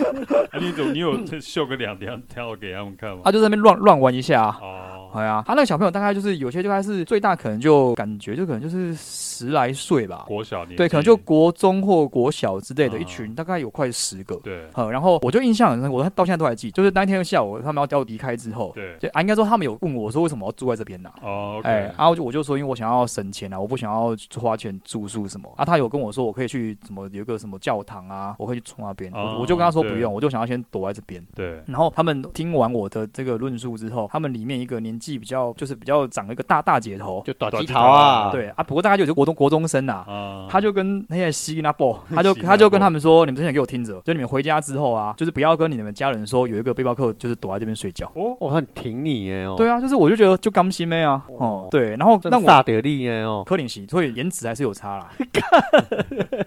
S1: 你怎么你有秀个两条跳给他们看吗
S3: 他？就在那边乱乱玩一下、啊。
S1: 哦，
S3: 哎呀，他那个小朋友大概就是有些就概是最大可能就感觉就可能就是十来岁吧，
S1: 国小年纪
S3: 对，可能就国中或国小之类的，
S1: 嗯
S3: 一群大概有快十个。
S1: 对
S3: 呃，然后我就印象很深，我到现在都还记，就是那天下午他们要叫我离开之后，
S1: 对
S3: 就啊，应该说他们有问我说为什么要住在这边呢、
S1: 哦，OK，
S3: 哎，啊，我就我就说，因为我想要省钱啊，我不想要花钱住宿什么啊。他有跟我说，我可以去什么有一个什么教堂啊，我可以去住那边。
S1: 哦
S3: 我我就跟他说不
S1: 对
S3: 用，我就想要先躲在这边。
S1: 对
S3: 然后他们听完我的这个论述之后，他们里面一个年纪比较就是比较长了一个大大姐头，
S2: 就短
S1: 短
S2: 期
S1: 期
S2: 逃
S1: 逃
S2: 啊，
S1: 啊，
S3: 对啊，不过大概就是国中国中生啊，
S1: 啊，
S3: 他就跟那些西那波，他就
S1: 西那
S3: 他就跟
S1: 波
S3: 他们说，你们之前给我听着，就你们回家之后啊，就是不要跟你们家人说有一个背包客就是躲在这边睡觉。
S1: 哦，
S2: 我很挺你耶哦，
S3: 对啊，就是我就觉得就刚心妹啊，哦、对，然后
S2: 真
S3: 那
S2: 的
S3: 我
S2: 萨德利耶哦，
S3: 柯林席，所以颜值还是有差啦。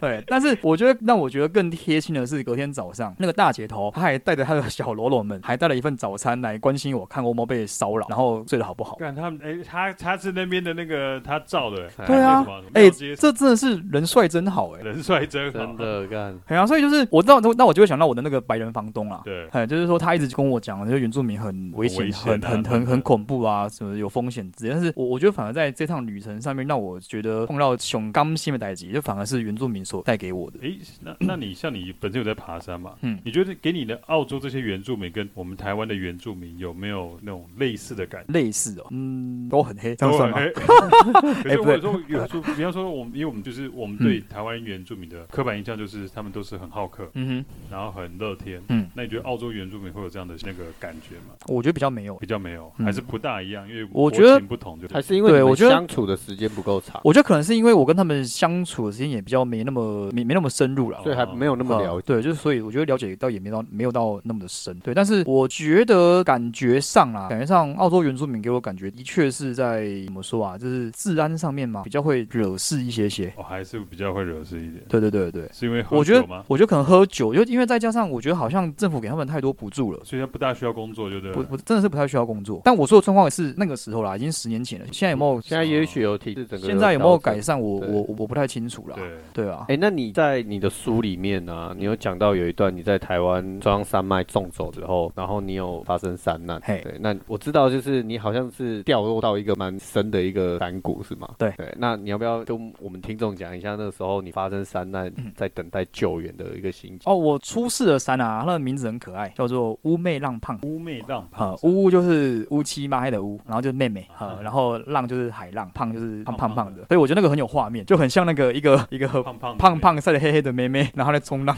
S3: 对，但是我觉得让我觉得更贴心的是，隔天早上那个大姐头，她还带着她的小喽啰们，还带了一份早餐来关心我看我有没有被骚扰，然后睡得好不好。
S1: 看他们，哎，他他是那边的那个他照的，哎
S3: 对啊
S1: 那个什么
S3: 哎、
S1: 庙街
S3: 这真的是人帅真好哎、
S1: 人帅真好
S2: 真，的干，
S3: 对啊，所以就是我知道，那我就会想到我的那个白人房东啦。
S1: 对
S3: 哎，就是说他一直跟我讲，就是原住民很危险、
S1: 危
S3: 很
S1: 险啊
S3: 很
S1: 等
S3: 很
S1: 等
S3: 很恐怖啊，什么有风险之类。但是我我觉得反而在这趟旅程上面，让我觉得碰到熊刚性的代际，就反而是原住民所带给我的。
S1: 诶，那那你像你本身有在爬山嘛？
S3: 嗯
S1: 你觉得给你的澳洲这些原住民跟我们台湾的原住民有没有那种类似的感觉？
S3: 类似哦，嗯，都很黑，这样算吗？
S1: 哎 可
S3: 哎
S1: 是
S3: 不嗯
S1: 我
S3: 对
S1: 说原住，比方说我们，因为我们就是我们对台湾原住民的刻板印象就是他们都是很好客，
S3: 嗯
S1: 然后很乐天。
S3: 嗯，
S1: 那你觉得澳洲原住民会有这样的那个感觉吗？
S3: 哼，我觉得比较没有。
S1: 比较没有，
S3: 嗯
S1: 还是不大一样，因为
S3: 我
S1: 国
S3: 觉得
S1: 情不同就
S2: 还
S1: 是
S2: 是因为
S3: 对
S2: 你们
S3: 我觉得
S2: 相处的时间不够长，
S3: 我觉得可能是因为我跟他们相处的时间也比较没那么没没那么深入了，啊
S2: 所以
S1: 哦
S2: 还没有那么了解。
S3: 对，就是所以我觉得了解到也没到没有到那么的深，对。但是我觉得感觉上啦，感觉上澳洲原住民给我感觉的确是在怎么说啊，就是治安上面嘛，比较会惹事一些些。
S1: 哦，还是比较会惹事一点，
S3: 对对对对，
S1: 是因为喝
S3: 我觉
S1: 酒
S3: 得
S1: 吗？
S3: 我觉得可能喝酒，就因为再加上我觉得好像政府给他们太多补助了。
S1: 所以他不大需要工作，就对
S3: 不
S1: 了。
S3: 不，真的是不太需要工作。但我说的状况是那个时候啦，已经十年前了。现在有没有？
S2: 现在也许有体制整个
S3: 现在有没有改
S2: 调整？
S3: 善？我
S2: 对
S3: 我我我不太清楚啦。
S1: 对，
S3: 对啊，
S2: 哎、那你在你的书里面啊，你有讲到有一段你在台湾中央山脉纵走之后，然后你有发生山难。
S3: 嘿
S2: 对，那我知道就是你好像是掉落到一个蛮深的一个山谷，是吗？
S3: 对
S2: 对，那你要不要跟我们听众讲一下那时候你发生山难，在等待救援的一个心情？
S3: 嗯哦，我出事的山啊，它的名字很可爱，叫做乌妹浪胖。
S1: 乌妹浪
S3: 呃
S1: 爬，山
S3: 乌就是乌漆嘛黑的乌，然后就是妹妹，呃，然后浪就是海浪，胖就是胖胖胖的，所以我觉得那个很有画面，就很像那个一个一个
S1: 胖胖的
S3: 胖，胖晒得黑黑的妹妹，然后在冲浪，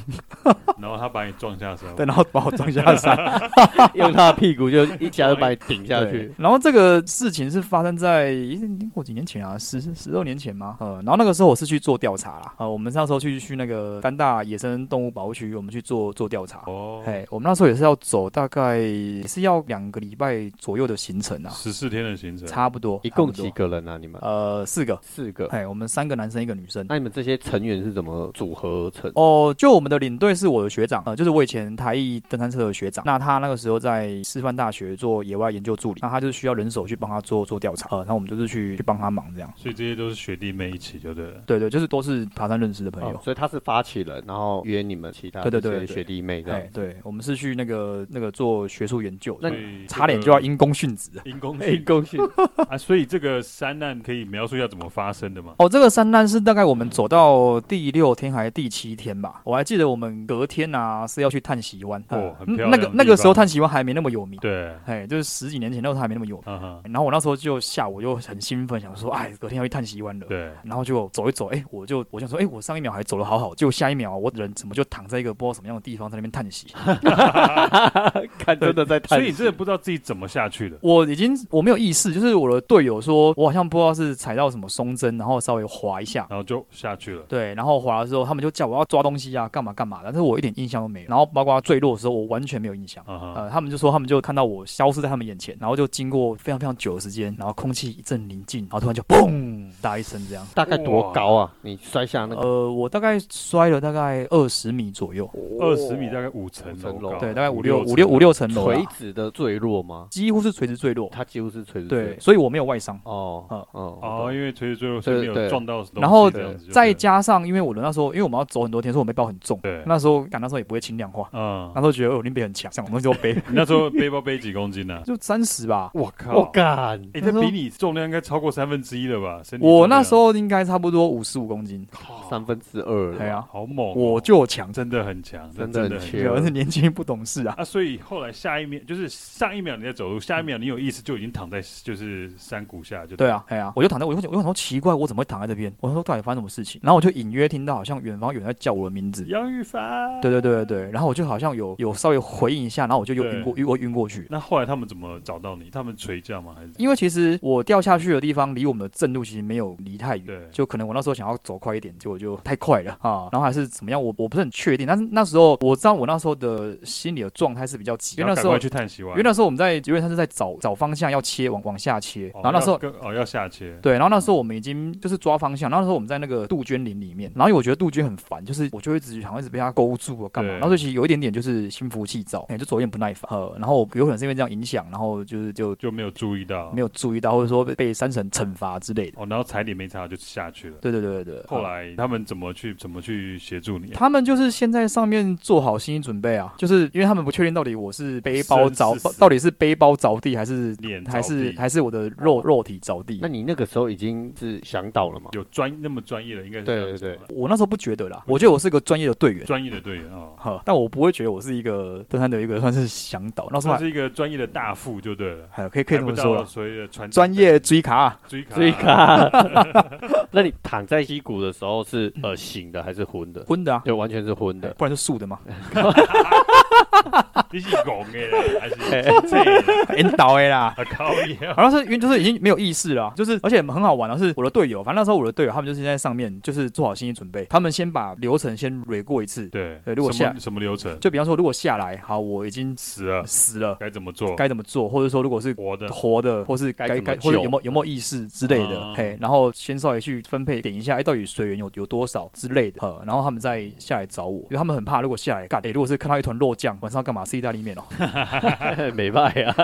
S1: 然后他把你撞下山，
S3: 对，然后把我撞下山，
S2: 用他的屁股就一下就把你顶下
S3: 对
S2: 去。。
S3: 然后这个事情是发生在已经已经过几年前啊，十十二年前嘛，呃，然后那个时候我是去做调查啦，呃，我们那时候去去那个丹大野生动物保护区，我们去做做调查。
S1: 哦，
S3: 哎，我们那时候也是要走大概也是要两个礼拜左右的行程啊，
S1: 十四天的行程，
S3: 哦差不多。
S2: 一
S3: 差不
S2: 共
S3: 多
S2: 几？个人啊？你们
S3: 呃，四个。
S2: 四个。
S3: 哎，我们三个男生一个女生。
S2: 那你们这些成员是怎么组合而成？
S3: 哦，就我们的领队是我的学长，呃，就是我以前台艺登山社的学长。那他那个时候在师范大学做野外研究助理，那他就是需要人手去帮他做做调查，呃，然后我们就是去去帮他忙这样。
S1: 所以这些都是学弟妹一起，就对了。
S3: 对对，就是都是爬山认识的朋
S1: 哦
S3: 友。
S2: 哦所以他是发起人，然后约你们其他
S3: 对对
S2: 这些
S3: 对对
S2: 学弟妹这
S3: 哎
S2: 样，。
S3: 对，我们是去那个那个做学术研究，
S2: 那
S1: 所以这个
S3: 差点就要因公殉职。
S1: 因公
S2: 哎，
S1: 殉
S2: 恭喜！
S1: 啊！所以这个山难可以描述一下怎么发生的吗？
S3: 哦，这个山难是大概我们走到第六天还是第七天吧？我还记得我们隔天啊是要去探喜湾，
S1: 哦
S3: 呃
S1: 很
S3: 嗯
S1: 漂亮
S3: 那
S1: 的
S3: 个
S1: 地
S3: 那个时候
S1: 方
S3: 探喜湾还没那么有名，
S1: 对，啊
S3: 哎，就是十几年前那时候还没那么有名。
S1: 哈哈，
S3: 然后我那时候就下午就很兴奋，想说，哎，隔天要去探喜湾了。
S1: 对，
S3: 然后就走一走，哎、我就我想说，哎、我上一秒还走得好好，结果下一秒我人怎么就躺在一个不知道什么样的地方在那边叹息？
S2: 看真的在探
S1: 所
S2: 险，
S1: 以你真的不知道自己怎么下去的。
S3: 我已经我没有意识，就是我的队友说，我好像不知道是踩到什么松针，然后稍微滑一下，
S1: 然后就下去了，
S3: 对，然后滑的时候他们就叫我要抓东西啊，干嘛干嘛，但是我一点印象都没有。然后包括坠落的时候，我完全没有印象。
S1: 啊哈，
S3: 呃，他们就说他们就看到我消失在他们眼前，然后就经过非常非常久的时间，然后空气一阵宁静，然后突然就嘣大一声这样。
S2: 大概多高啊？你摔下那个
S3: 呃，我大概摔了大概二十米左右，
S1: 二十米大概五层
S2: 五层
S1: 楼
S2: 楼
S1: 高，
S3: 对，大概五六
S1: 六
S3: 五六五六层楼啦，
S2: 垂直的坠落吗？
S3: 几乎是垂直坠落。
S2: 它几乎是垂直坠
S3: 对，
S2: 落。
S3: 所以我没有外伤。
S2: 哦
S3: 嗯
S2: 哦
S1: 哦，因为垂直坠落，所
S2: 对
S1: 以没有
S2: 对
S1: 撞到东西
S3: 然后
S1: 这样子就
S3: 再
S1: 对了
S3: 加上，因为我的那时候，因为我们要走很多天，所以我背包很重。
S1: 对
S3: 那时候赶那时候也不会轻量化，
S1: 嗯
S3: 那，时候觉得哦，林北很强，想什么东西都 背，
S1: 你那时候背包背几公斤 呢？
S3: 就三十吧。
S1: 我
S2: 我
S1: 靠，
S2: 干，
S1: 哎，这比你重量应该超过三分之一了吧？身体
S3: 我
S1: 重量
S3: 那时候应该差不多五十五公斤，
S1: 靠
S2: 三分之二了。
S3: 对啊，
S1: 好猛哦，
S3: 我就强。
S1: 真的很强，这
S2: 真的
S1: 真的
S2: 很
S1: 强
S2: 强
S3: 有人是年轻不懂事啊，
S1: 啊！所以后来下一秒就是上一秒你在走路，下一秒你有意识就已经躺在就是山谷下，就
S3: 对啊，哎呀、我就躺在，我就想我想说奇怪，我怎么会躺在这边？我想说到底发生什么事情？然后我就隐约听到好像远方有人在叫我的名字，
S1: 杨玉凡，
S3: 对对对对对，然后我就好像有有稍微回应一下，然后我就又晕过，又我晕过去。
S1: 那后来他们怎么找到你？他们垂降吗？还是
S3: 因为其实我掉下去的地方离我们的正路其实没有离太
S1: 对
S3: 远，就可能我那时候想要走快一点，结果就太快了啊，然后还是怎么样，我我不是很确定。但是那时候我知道我那时候的心理的状态是比较急，因为
S1: 然后
S3: 那
S1: 赶
S3: 时候
S1: 快去探喜湾，
S3: 因为那时候我们在，因为他是在找找方向要切往往下切，
S1: 哦
S3: 然后那时候
S1: 要。跟哦要下切，
S3: 对，然后那时候我们已经就是抓方向，然后那时候我们在那个杜鹃林里面，然后因为我觉得杜鹃很烦，就是我就一直好像一直被它勾住啊了干嘛，
S1: 对
S3: 然后所以其实有一点点就是心浮气躁，哎、就走有点不耐烦，呃，然后有可能是因为这样影响，然后就是就
S1: 就没有注意到，
S3: 没有注意到，或者说被被山神惩罚之类的。
S1: 哦，然后踩点没踩好就下去了。
S3: 对对对对对。
S1: 后来他们怎么去怎么去协助你啊？
S3: 他们就是先在上面做好心理准备啊，就是因为他们不确定到底我是背包着
S1: 生死，死
S3: 到底是背包着地还是
S1: 脸着地哦
S3: 还是还是我的肉肉体着地
S2: 那。你那个时候已经是想倒了吗？
S1: 有专那么专业的，应该是
S2: 对
S1: 这样子
S2: 对
S1: 吧
S3: 我那时候不觉得啦，我觉得我是个专业的队员，
S1: 专业的队员哦，
S3: 呵但我不会觉得我是一个登山的一个算是向导，那时
S1: 算
S3: 候还
S1: 是一个专业的大副就对了，
S3: 哎还可以可以这么说
S1: 了。
S3: 啦，
S1: 所谓的传
S3: 专业追卡啊，
S1: 追卡
S2: 所以卡， 那你躺在溪谷的时候是呃醒的还是昏的？
S3: 荤的啊，
S2: 对，完全是昏的。
S3: 不然就素的嘛，
S1: 你是戆的啦， 还是这的？
S3: 引导的啦。
S1: 啊靠呀！
S3: 好像是因为就是已经没有意识了啊、就是而且很好玩的是我的队友，反正那时候我的队友他们就是在上面就是做好心理准备，他们先把流程先捋过一次，
S1: 对
S3: 对如果
S1: 什
S3: 下
S1: 么什么流程？
S3: 就比方说如果下来，好，我已经
S1: 死 了
S3: 死了，
S1: 该怎么做？
S3: 该怎么做，或者说如果是
S1: 活的
S3: 活的，或是
S2: 该
S3: 该
S2: 怎么
S3: 该或者
S2: 救
S3: 有没有有没有意识之类的
S1: 啊，
S3: 嘿，然后先稍微去分配点一下，哎，到底水源有有多少之类的，呃，然后他们再下来找我，因为他们很怕如果下来干，哎，如果是看到一团肉酱，晚上要干嘛？吃意大利面哦，
S2: 哎没啊办法呀，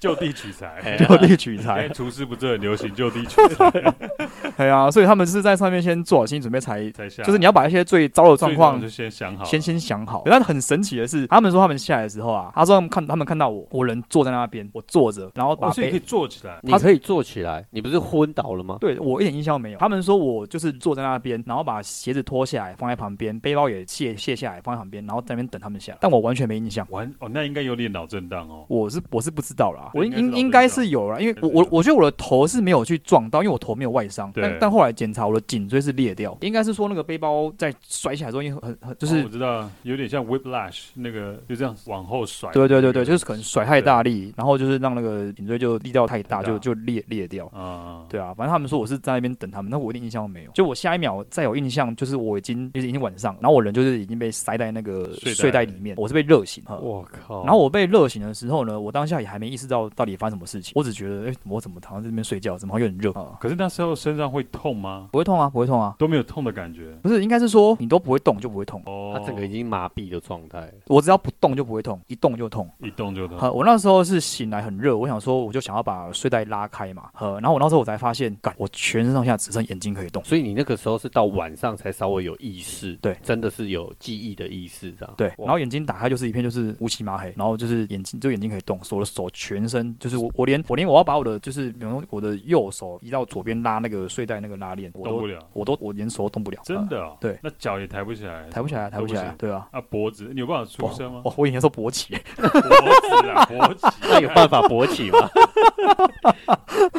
S1: 就地取材。
S3: 就地取
S1: 现在
S3: 材，
S1: 厨师不是很流行就地取材
S3: 哎呀，所以他们是在上面先做好心理准备才。
S1: 才下，
S3: 就是你要把一些最糟的状况
S1: 就先想好，
S3: 先先想好。但很神奇的是，他们说他们下来的时候啊，他说他们看他们看到我，我人坐在那边，我坐着，然后把
S1: 哦，所以
S3: 背、
S1: 可以坐起来。
S2: 你可以坐起来，你不是昏倒了吗？
S3: 对我一点印象都没有。他们说我就是坐在那边，然后把鞋子脱下来放在旁边，背包也卸卸下来放在旁边，然后在那边等他们们下来，但我完全没印象。
S1: 完哦，那应该有点脑震荡哦。
S3: 我是我是不知道啦，我
S1: 应该是
S3: 应
S1: 脑
S3: 应
S1: 震
S3: 该
S1: 荡
S3: 是有啦，因为
S1: 应该
S3: 我
S1: 是
S3: 我
S1: 有
S3: 我觉得我的头是没有去撞到，因为我头没有外伤，
S1: 对
S3: 但但后来检查我的颈椎是裂掉，应该是说那个背包在甩起来之后，因为很很就
S1: 哦
S3: 是
S1: 我知道，有点像 whiplash 那个，就这样往后甩。
S3: 对对对对，就是可能甩太
S1: 对
S3: 大力，然后就是让那个颈椎就力道太大，
S1: 太大
S3: 就就裂裂掉。
S1: 啊，
S3: 对啊，反正他们说我是在那边等他们，那我一点印象都没有。就我下一秒再有印象，就是我已经就是已经晚上，然后我人就是已经被塞在那个
S1: 睡袋
S3: 睡袋里面，哦我是被热醒。哈
S2: 我靠！
S3: 然后我被热醒的时候呢，我当下也还没意识到到底发生什么事情，我只觉得哎、我怎么躺在这边睡觉，怎么好像有点热啊？
S1: 可是那时候身上会痛吗？
S3: 不会痛啊，不会痛啊。
S1: 都没有痛的感觉。
S3: 不是，应该是说你都不会动就不会痛，
S1: 哦，
S2: 他整个已经麻痹的状态，
S3: 我只要不动就不会痛，一动就痛。
S1: 一动就痛。
S3: 呃，我那时候是醒来很热，我想说我就想要把睡袋拉开嘛，呃，然后我那时候我才发现，干，我全身上下只剩眼睛可以动。
S2: 所以你那个时候是到晚上才稍微有意识，
S3: 对
S2: 真的是有记忆的意识这样。
S3: 对，
S2: 哇
S3: 然后眼睛打开就是一片就是乌漆麻黑，然后就是眼睛就眼睛可以动，所有的手全身就是我我连我连我要把我的就是比如说我的右手移到左边拉那个睡袋那个拉链，我
S1: 动不
S3: 都
S1: 了，
S3: 我都我连手都动不了，
S1: 真
S3: 呃
S1: 的、哦
S3: 对
S1: 那脚也抬不起来，
S3: 抬不起来，抬不起
S1: 都
S3: 来
S1: 行，
S3: 对啊。
S1: 啊，脖子你有办法出声吗？
S3: 我我以前说 勃起，
S1: 脖子啊，脖子，
S2: 那有办法勃起 吗？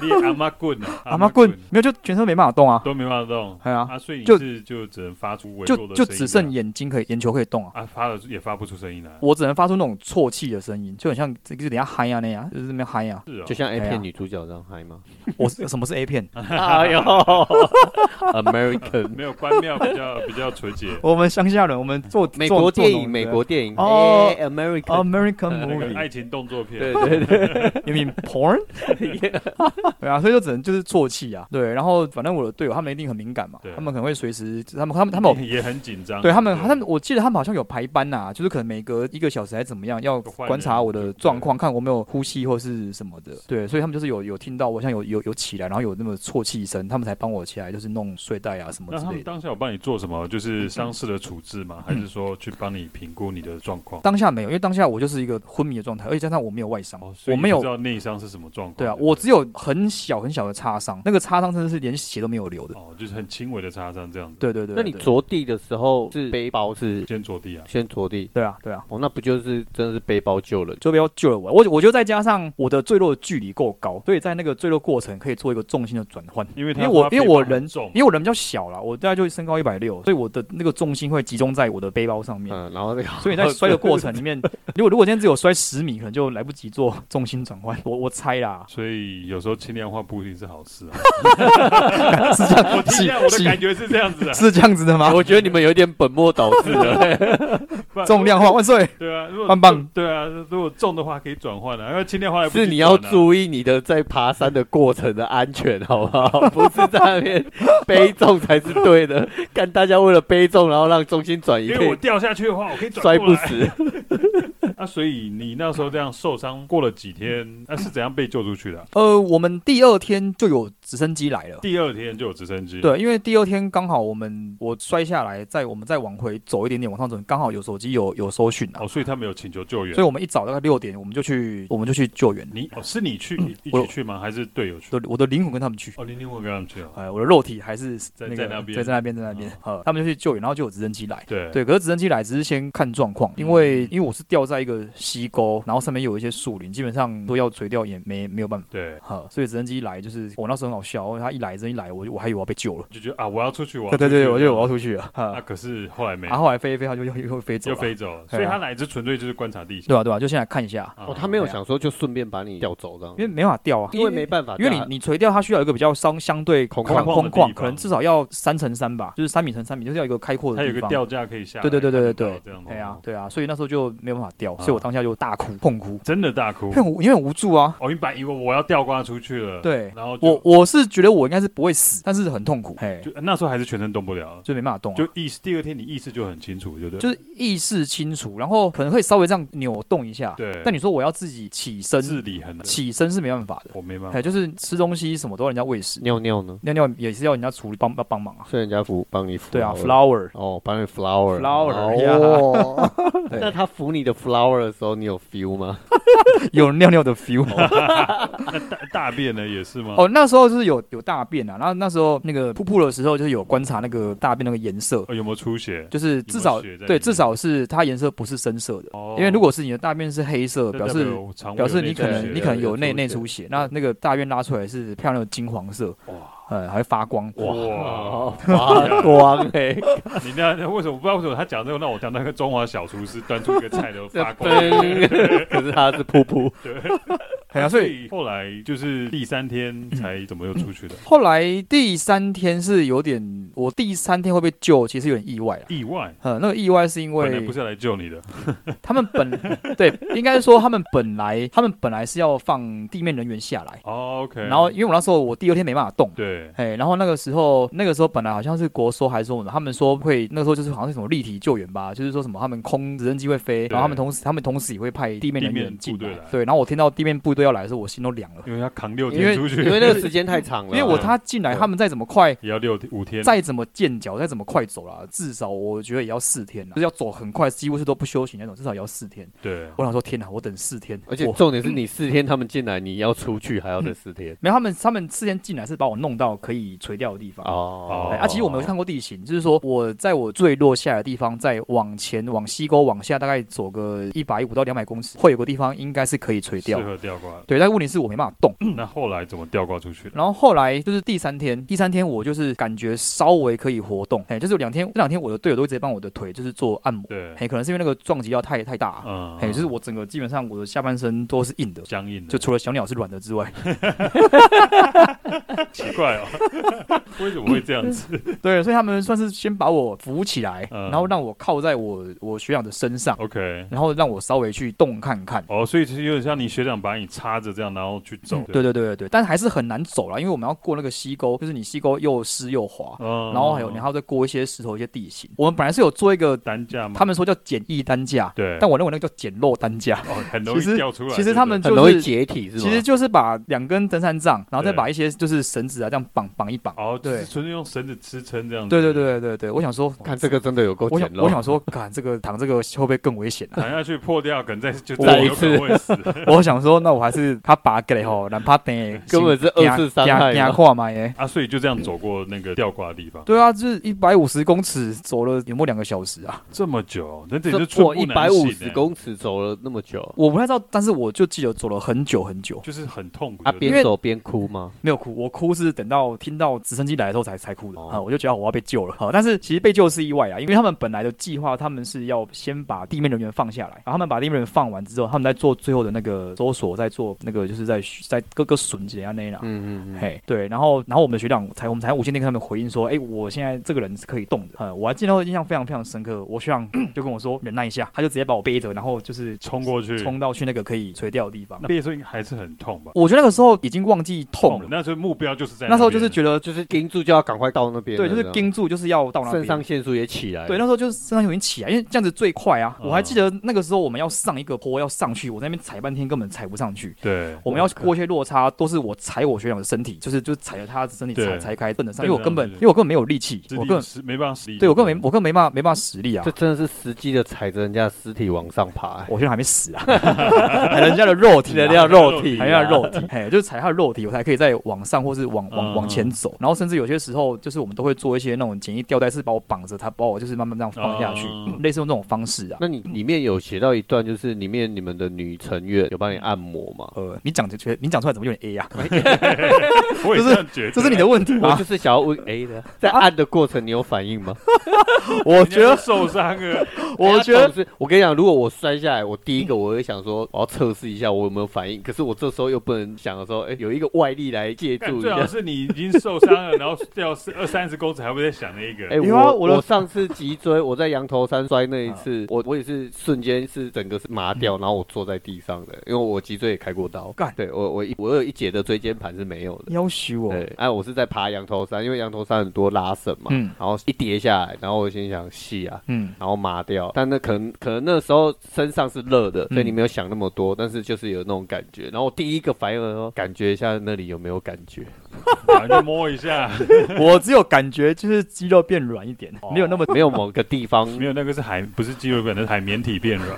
S1: 你也阿妈棍啊，
S3: 阿妈棍没有就全身没办法动啊，
S1: 都没办法动，
S3: 对啊，
S1: 啊，所以你
S3: 就是
S1: 就只能发出微弱
S3: 就
S1: 的
S3: 就
S1: 声音
S3: 只剩
S1: 啊
S3: 眼睛可以眼球可以动啊，
S1: 啊，发了也发不出声音来，
S3: 我只能发出那种啜泣的声音，就很像这个就等一下嗨啊那样，就是那边嗨啊。
S1: 是哦，
S2: 就像 A
S3: 哎呀
S2: 片女主角这样嗨吗？
S3: 我是什么是 A 片？
S2: 哎呦 ，American
S1: 没有关庙比较 比较纯洁，
S3: 我们乡下人，我们做
S2: 美
S3: 做
S2: 国电
S3: 做农
S2: 影，
S3: 的
S2: 美国电影
S3: 哦
S2: 哎 American，
S3: American
S1: 那个
S3: movie，
S1: 爱情动作片，
S2: 对对对，
S3: 你 mean porn？对啊，所以就只能就是啜泣啊。对，然后反正我的队友他们一定很敏感嘛，
S1: 对啊
S3: 他们可能会随时，他们他们他们有。
S1: 也很紧张，
S3: 对他们，他们我记得他们好像有排班呐、就是可能每隔一个小时还怎么样，要
S1: 换人
S3: 观察我的状况，看我没有呼吸或是什么的。对，所以他们就是有有听到我像有有有起来，然后有那么啜泣声，他们才帮我起来，就是弄睡袋啊什么
S1: 那
S3: 之
S1: 他
S3: 类
S1: 们
S3: 的。
S1: 当下有帮你做什么？就是伤势的处置吗？还
S3: 嗯
S1: 是说去帮你评估你的状况？
S3: 当下没有，因为当下我就是一个昏迷的状态，而且加上我没有外伤，
S1: 哦，所
S3: 我
S1: 以
S3: 没
S1: 你不
S3: 有
S1: 知道内伤是什么状况。
S3: 对啊，
S1: 不
S3: 我只有很小很小的擦伤，那个擦伤真的是连血都没有流的。
S1: 哦，就是很轻微的擦伤这样子，
S3: 对对对，
S2: 那你
S3: 对
S2: 着地的时候是背包是
S1: 先着地啊，
S2: 先着地，
S3: 对啊对啊，
S2: 哦，那不就是真的是背包救人？
S3: 就不要救了我。我我就再加上我的坠落的距离够高，所以在那个坠落过程可以做一个重心的转换。
S1: 因为他
S3: 因为我
S1: 他
S3: 因为我
S1: 背包很
S3: 人
S1: 重，
S3: 因为我人比较小啦，我大概就身高一百六，所以我的那个重心会集中在我的背包上面。
S2: 嗯，然后那个？
S3: 所以 你在摔的过程里面，如果如果今天只有摔十米，可能就来不及做重心转换。我我猜啦，
S1: 所以有时候轻量化不一定是好事啊。
S3: 是这样，
S1: 我听一下我的
S3: 是
S1: 感觉是这样子啊，
S3: 是这样子的吗
S2: 我觉得你们有点本末倒置 了。
S1: 不然
S3: 重量化万岁！
S1: 对啊，如果
S3: 棒棒
S1: 对啊，如果重的话可以转换啊，因为轻量化来不及
S2: 是你要
S1: 转啊
S2: 注意你的在爬山的过程的安全，好不好？不是在那边背重才是对的。看大家为了背重，然后让重心转移，
S1: 因
S2: 可
S1: 为我
S2: 以
S1: 掉下去的话，我可以转
S2: 摔
S1: 过
S2: 不
S1: 来
S2: 死。
S1: 啊。所以你那时候这样受伤，过了几天，那、是怎样被救出去的 啊、
S3: 呃，我们第二天就有直升机来了。
S1: 第二天就有直升机，，
S3: 对，因为第二天刚好我们我摔下来，再我们再往回走一点点，往上走，刚好有手机有有搜讯啊，
S1: 哦，所以他们有请求救援。
S3: 所以我们一早大概六点，我们就去我们就去救援，
S1: 你哦，是你去一
S3: 我
S1: 起去吗？还是队友去？
S3: 我的我的灵魂跟他们去。
S1: 哦，零零我跟他们去哦。
S3: 哎，我的肉体还是
S1: 在
S3: 那
S1: 在
S3: 个
S1: 那边嗯
S3: 在在那边，在那边，呃，他们就去救援，然后就有直升机来。
S1: 对
S3: 对，可是直升机来只是先看状况，因为
S1: 嗯
S3: 因为我是掉在一个溪沟，然后上面有一些树林，基本上都要垂钓也没没有办法，
S1: 对，
S3: 哈，所以直升机来就是我那时候很好笑，他一来直升机来，我就我还以为我要被救了，
S1: 就觉得啊，我要出去，我要
S3: 对对
S1: 出去
S3: 对，我就我啊要出去了，
S1: 啊，
S3: 哈，
S1: 可是后来没，
S3: 然后后来飞一飞，它就又又又飞走
S1: 又
S3: 了，
S1: 飞走了。
S3: 对啊
S1: 所以他来只纯粹就是观察地形。
S3: 对吧、对吧、就先来看一下，
S1: 啊
S2: 哦，他没有想说就顺便把你调走这样
S3: 因，为没办法掉啊，
S2: 因为没办法，
S3: 因为你你垂钓它需要一个比较相相对
S2: 空
S3: 空
S2: 旷
S1: 的
S3: 空
S1: 地
S3: 旷，
S1: 方
S3: 可能至少要三乘三吧，就是三米乘三米，就是要一个开阔
S1: 他
S3: 的
S1: 有
S3: 地
S1: 个
S3: 方。
S1: 吊架可以下来，
S3: 对对对对对
S1: 看得
S3: 对
S1: 到这样，
S3: 哎
S1: 的
S3: 呀
S1: 哦，
S3: 对啊，所以那时候就没有办法钓，
S1: 啊哦
S3: 所以我当下就大哭痛哭，
S1: 真的大哭
S3: 因为。我因为很无助啊，
S1: 哦，你本来以为我要吊挂出去了，
S3: 对
S1: 然嗯后就
S3: 我我是觉得我应该是不会死，但是很痛苦，哎，
S1: 就呃那时候还是全身动不了，
S3: 就没办法动啊、
S1: 就意识第二天你意识就很清楚，对不对？
S3: 就是意识清楚，然后可能会稍微这样扭动一下，
S1: 对
S3: 但你说我要自己起
S1: 自
S3: 身，
S1: 理嗯很难，
S3: 起身是没办法的，
S1: 我没办法
S3: 哎，。就是吃东西什么都要人家喂食，
S2: 尿尿呢，
S3: 尿尿也是要人家处理帮帮帮忙啊，
S2: 是人家扶帮你扶好
S1: 哦
S3: 对啊
S2: 了，
S3: ，flower，
S2: 哦，帮你 flower
S3: Flower，
S2: 哦，
S3: 对
S2: 那他扶你的 flower 尿的时候，你有 feel 吗？
S3: 有尿尿的 feel。
S1: 大大便呢也是吗？
S3: 哦，那时候就是有有大便啊，然后那时候那个瀑布的时候，就是有观察那个大便那个颜色，
S1: 哦，有没有出血？
S3: 就是至少
S1: 有没有血在里
S3: 对
S1: 面
S3: 至少是它颜色不是深色的，
S1: 哦
S3: 因为如果是你的大便是黑色，
S1: 这
S3: 表
S1: 代
S3: 示
S1: 我肠胃
S3: 表示
S1: 有内
S3: 你可
S1: 出
S3: 能
S1: 血
S3: 你
S1: 了
S3: 可能有
S2: 有
S3: 内
S2: 内
S3: 内
S2: 出
S3: 出血，那那个大便拉出来是漂亮的金黄色，
S1: 哇，
S3: 呃，还会发光。
S1: 哇，
S2: 哇，哦 发光哎、欸，
S1: 你那那为什么不知道为什么他讲这个让我讲那个中华小厨师端出一个菜都
S2: 这
S1: 发 光。
S2: 灯， 可是它是噗噗，
S3: 哎呀，所以
S1: 后来就是第三天才怎么又出去的？
S3: 后来第三天是有点，我第三天会被救，其实有点意外啊。
S1: 意外，
S3: 呃，那个意外是因
S1: 本来不
S3: 为
S1: 是来救你的，
S3: 他们本 对，应该是说他们本来他们本来是要放地面人员下来，
S1: 哦，OK。
S3: 然后因为我那时候我第二天没办法动，
S1: 对，
S3: 哎，然后那个时候，那个时候本来好像是国说还是说什么，他们说会那个时候就是好像是什么立体救援吧，就是说什么他们空直升机会飞，然后他们同时他们同时也会派地面人
S1: 地面
S3: 员
S1: 部
S3: 进
S1: 队
S3: 来
S1: 来，
S3: 对，然后我听到地面部队要来的时候，我心都凉了，
S1: 因为他扛六
S2: 因
S1: 天
S2: 为
S1: 出去，
S2: 因为那个时间太长
S3: 因
S2: 了，啊
S3: 为我他进来，
S2: 对
S3: 他们再怎么快，
S1: 也要六天五天，
S3: 再怎么健脚，再怎么快走啦，至少我觉得也要四天啦，就是要走很快，几乎是都不休息那种，至少也要四天。
S1: 对，
S3: 我想说，天哪，我等四天，
S2: 而且
S3: 我
S2: 重点是你四天他们进来，你要出去还要等四天
S3: 没有他们，他们四天进来是把我弄到可以垂钓的地方。
S2: 哦
S1: 哦。
S3: 哎啊，其实我没有看过地形，就是说我在我坠落下来的地方，再往前往西沟往下，大概走个一百五到两百公尺，会有个地方应该是可以垂
S1: 适
S3: 钓。
S1: 合吊 挂。
S3: 对，但问题是我没办法动。
S1: 那后来怎么吊挂出去的？
S3: 然后后来就是第三天，第三天我就是感觉稍微可以活动，哎，就是有两天这两天我的队友都会直接帮我的腿就是做按摩，
S1: 对，
S3: 哎，可能是因为那个撞击要太太大，
S1: 嗯，
S3: 哎，就是我整个基本上我的下半身都是硬的。
S1: 僵硬的，
S3: 就除了小鸟是软的之外，
S1: 奇怪哦， 为什么会这样子
S3: 对，所以他们算是先把我扶起来，
S1: 嗯
S3: 然后让我靠在我我学长的身上，
S1: ？OK，
S3: 然后让我稍微去动看看。
S1: 哦，所以其实有点像你学长把你插着这样，然后去走，
S3: 嗯对，对对对对，但还是很难走了，因为我们要过那个溪沟，就是你溪沟又湿又滑，
S1: 嗯，
S3: 然后还有你还要再过一些石头、一些地形。我们本来是有做一个，
S1: 担架吗？
S3: 他们说叫简易担架，
S1: 嗯对，
S3: 但我认为那个叫简陋担架，
S1: 哦，很容易
S3: 其实
S1: 掉出来。
S3: 其
S1: 对
S3: 实
S1: 不
S3: 他们
S1: 对
S2: 很
S3: 就
S2: 容易
S3: 是
S2: 解体是吗？
S3: 其实就是把两根登山杖，然后再
S1: 对
S3: 把一些就是绳子啊这样绑绑一绑。
S1: 哦，就
S3: 对
S1: 是纯粹用绳子支撑这样子。
S3: 对对，对对对，我想说，
S2: 看这个真的有够
S3: 我
S2: 简
S3: 想
S2: 陋，
S3: 我想说，看这个躺这个会不会更危险啊？
S1: 躺下去破掉，可能再就
S2: 再一
S1: 有可能会死。
S3: 我想说，那我还是他拔给吼，难怕等
S2: 根本是二次伤害
S3: 压
S2: 嘛。
S3: 垮嘛耶。
S1: 啊，所以就这样走过那个吊挂的地方，
S3: 对啊，就是一百五十公尺，走了有没有两个小时啊？
S1: 这么久，那这
S2: 这
S1: 就寸
S2: 我
S1: 步
S2: 一
S1: 难
S2: 百
S1: 行
S2: 五
S1: 欸
S2: 十，公尺走了那么久，
S3: 我不太知道，但是我就记得走了很久很久，
S1: 就是很痛苦。
S2: 啊，
S1: 对不对
S2: 边走边哭吗？
S3: 没有哭。我哭是等到听到直升机来的时候才才哭的
S2: 哦
S3: 啊，我就觉得我要被救了啊。但是其实被救是意外啊，因为他们本来的计划，他们是要先把地面人员放下来，然后他们把地面人员放完之后，他们在做最后的那个搜索，在做那个就是在在各个笋子啊那啦。
S2: 嗯嗯嗯，
S3: 嘿，对，然后，然后我们的学长才，我们才无线电跟他们回应说，哎，我现在这个人是可以动的，呃，我还记得印象非常非常深刻，我学长 就跟我说忍耐一下，他就直接把我背着，然后就是
S1: 冲过去，
S3: 冲到去那个可以垂钓的地方
S1: 那。毕业时候应该还是很痛吧？
S3: 我觉得那个时候已经忘记痛了，
S1: 那时候目标就是在
S3: 那时候就
S1: 边
S3: 是觉得
S2: 就是盯住就要赶快到那边了，
S3: 对，就是
S2: 这样
S3: 盯住，就是要到那
S2: 肾上
S3: 边。
S2: 腺素也起来了，
S3: 对，那时候就是身上有点起来，因为这样子最快啊！
S1: 嗯
S3: 我还记得那个时候我们要上一个坡要上去，我在那边踩半天根本踩不上去。
S1: 对，
S3: 我们要过一些落差，都是我踩我学长的身体，就是就是踩着他的身体踩
S1: 对
S3: 踩开，蹬得上，
S1: 蹬得
S3: 因为我根本
S1: 上去
S3: 因为我根本没有力气，
S1: 实
S3: 我根
S1: 力
S3: 本
S1: 是没办法实力，
S3: 对我根本没我根本没办法没办法实力啊
S2: 这，真的是实际的踩着人家的尸体往上爬、欸，
S3: 我学长还没死 啊，还人家的肉体啊，
S2: 人家肉体、啊
S3: 还要肉体，嘿，就是踩他的肉体，我才可以再往上或是往往
S1: 嗯
S3: 往前走。然后甚至有些时候，就是我们都会做一些那种简易吊带，是把我绑着，他把我就是慢慢这样放下去
S1: 嗯，
S3: 类似用这种方式啊。
S2: 那你里面有写到一段，就是里面你们的女成员有帮你按摩吗？
S3: 呃，你讲就觉得你讲出来怎么有点 A 啊？
S1: 我也这
S3: 就是
S1: 样觉得，
S3: 这是你的问 题
S2: 我
S3: 啊
S2: 就！是想要问 A 的，在按的过程你有反应吗？
S3: 我
S1: 人家
S3: 觉得
S1: 都，受伤了，
S3: 我觉得
S2: 总是我跟你讲，如果我摔下来，我第一个我会想说我要测试一下我有没有反应，可是我这时候又不能想说，哎、有一个外力来借
S1: 干
S3: 啊
S2: 助一
S1: 最好
S2: 下。
S1: 是你已经受伤了，然后掉四二三十公尺，还会在想那一个。
S2: 哎、
S3: 有啊
S2: 我
S3: 我的啊
S2: 我上次脊椎，我 在羊头山摔那一次，我我也是瞬间是整个是麻掉，然后我坐在地上的，因为我脊椎也开过刀。
S3: 嗯干
S2: 对我我一我有一节的椎间盘是没有的。
S3: 要挟我，
S2: 对，哎、我是在爬羊头山，因为羊头山很多拉绳嘛，
S3: 嗯
S2: 然后一跌下来，然后我心想细啊，
S3: 嗯，
S2: 然后麻掉，但那可能可能那时候身上是热的，
S3: 嗯
S2: 所以你没有想那么多，但是就是有那种感觉。然后我第一个反应哦，感觉一下那里有没有感觉，
S1: 反正就摸一下，
S3: 我只有感觉就是肌肉变软一点，
S1: 哦
S3: 没有那 么
S2: 没有某个地方
S1: 没有那个是海，不是肌肉软，那是海绵体变软，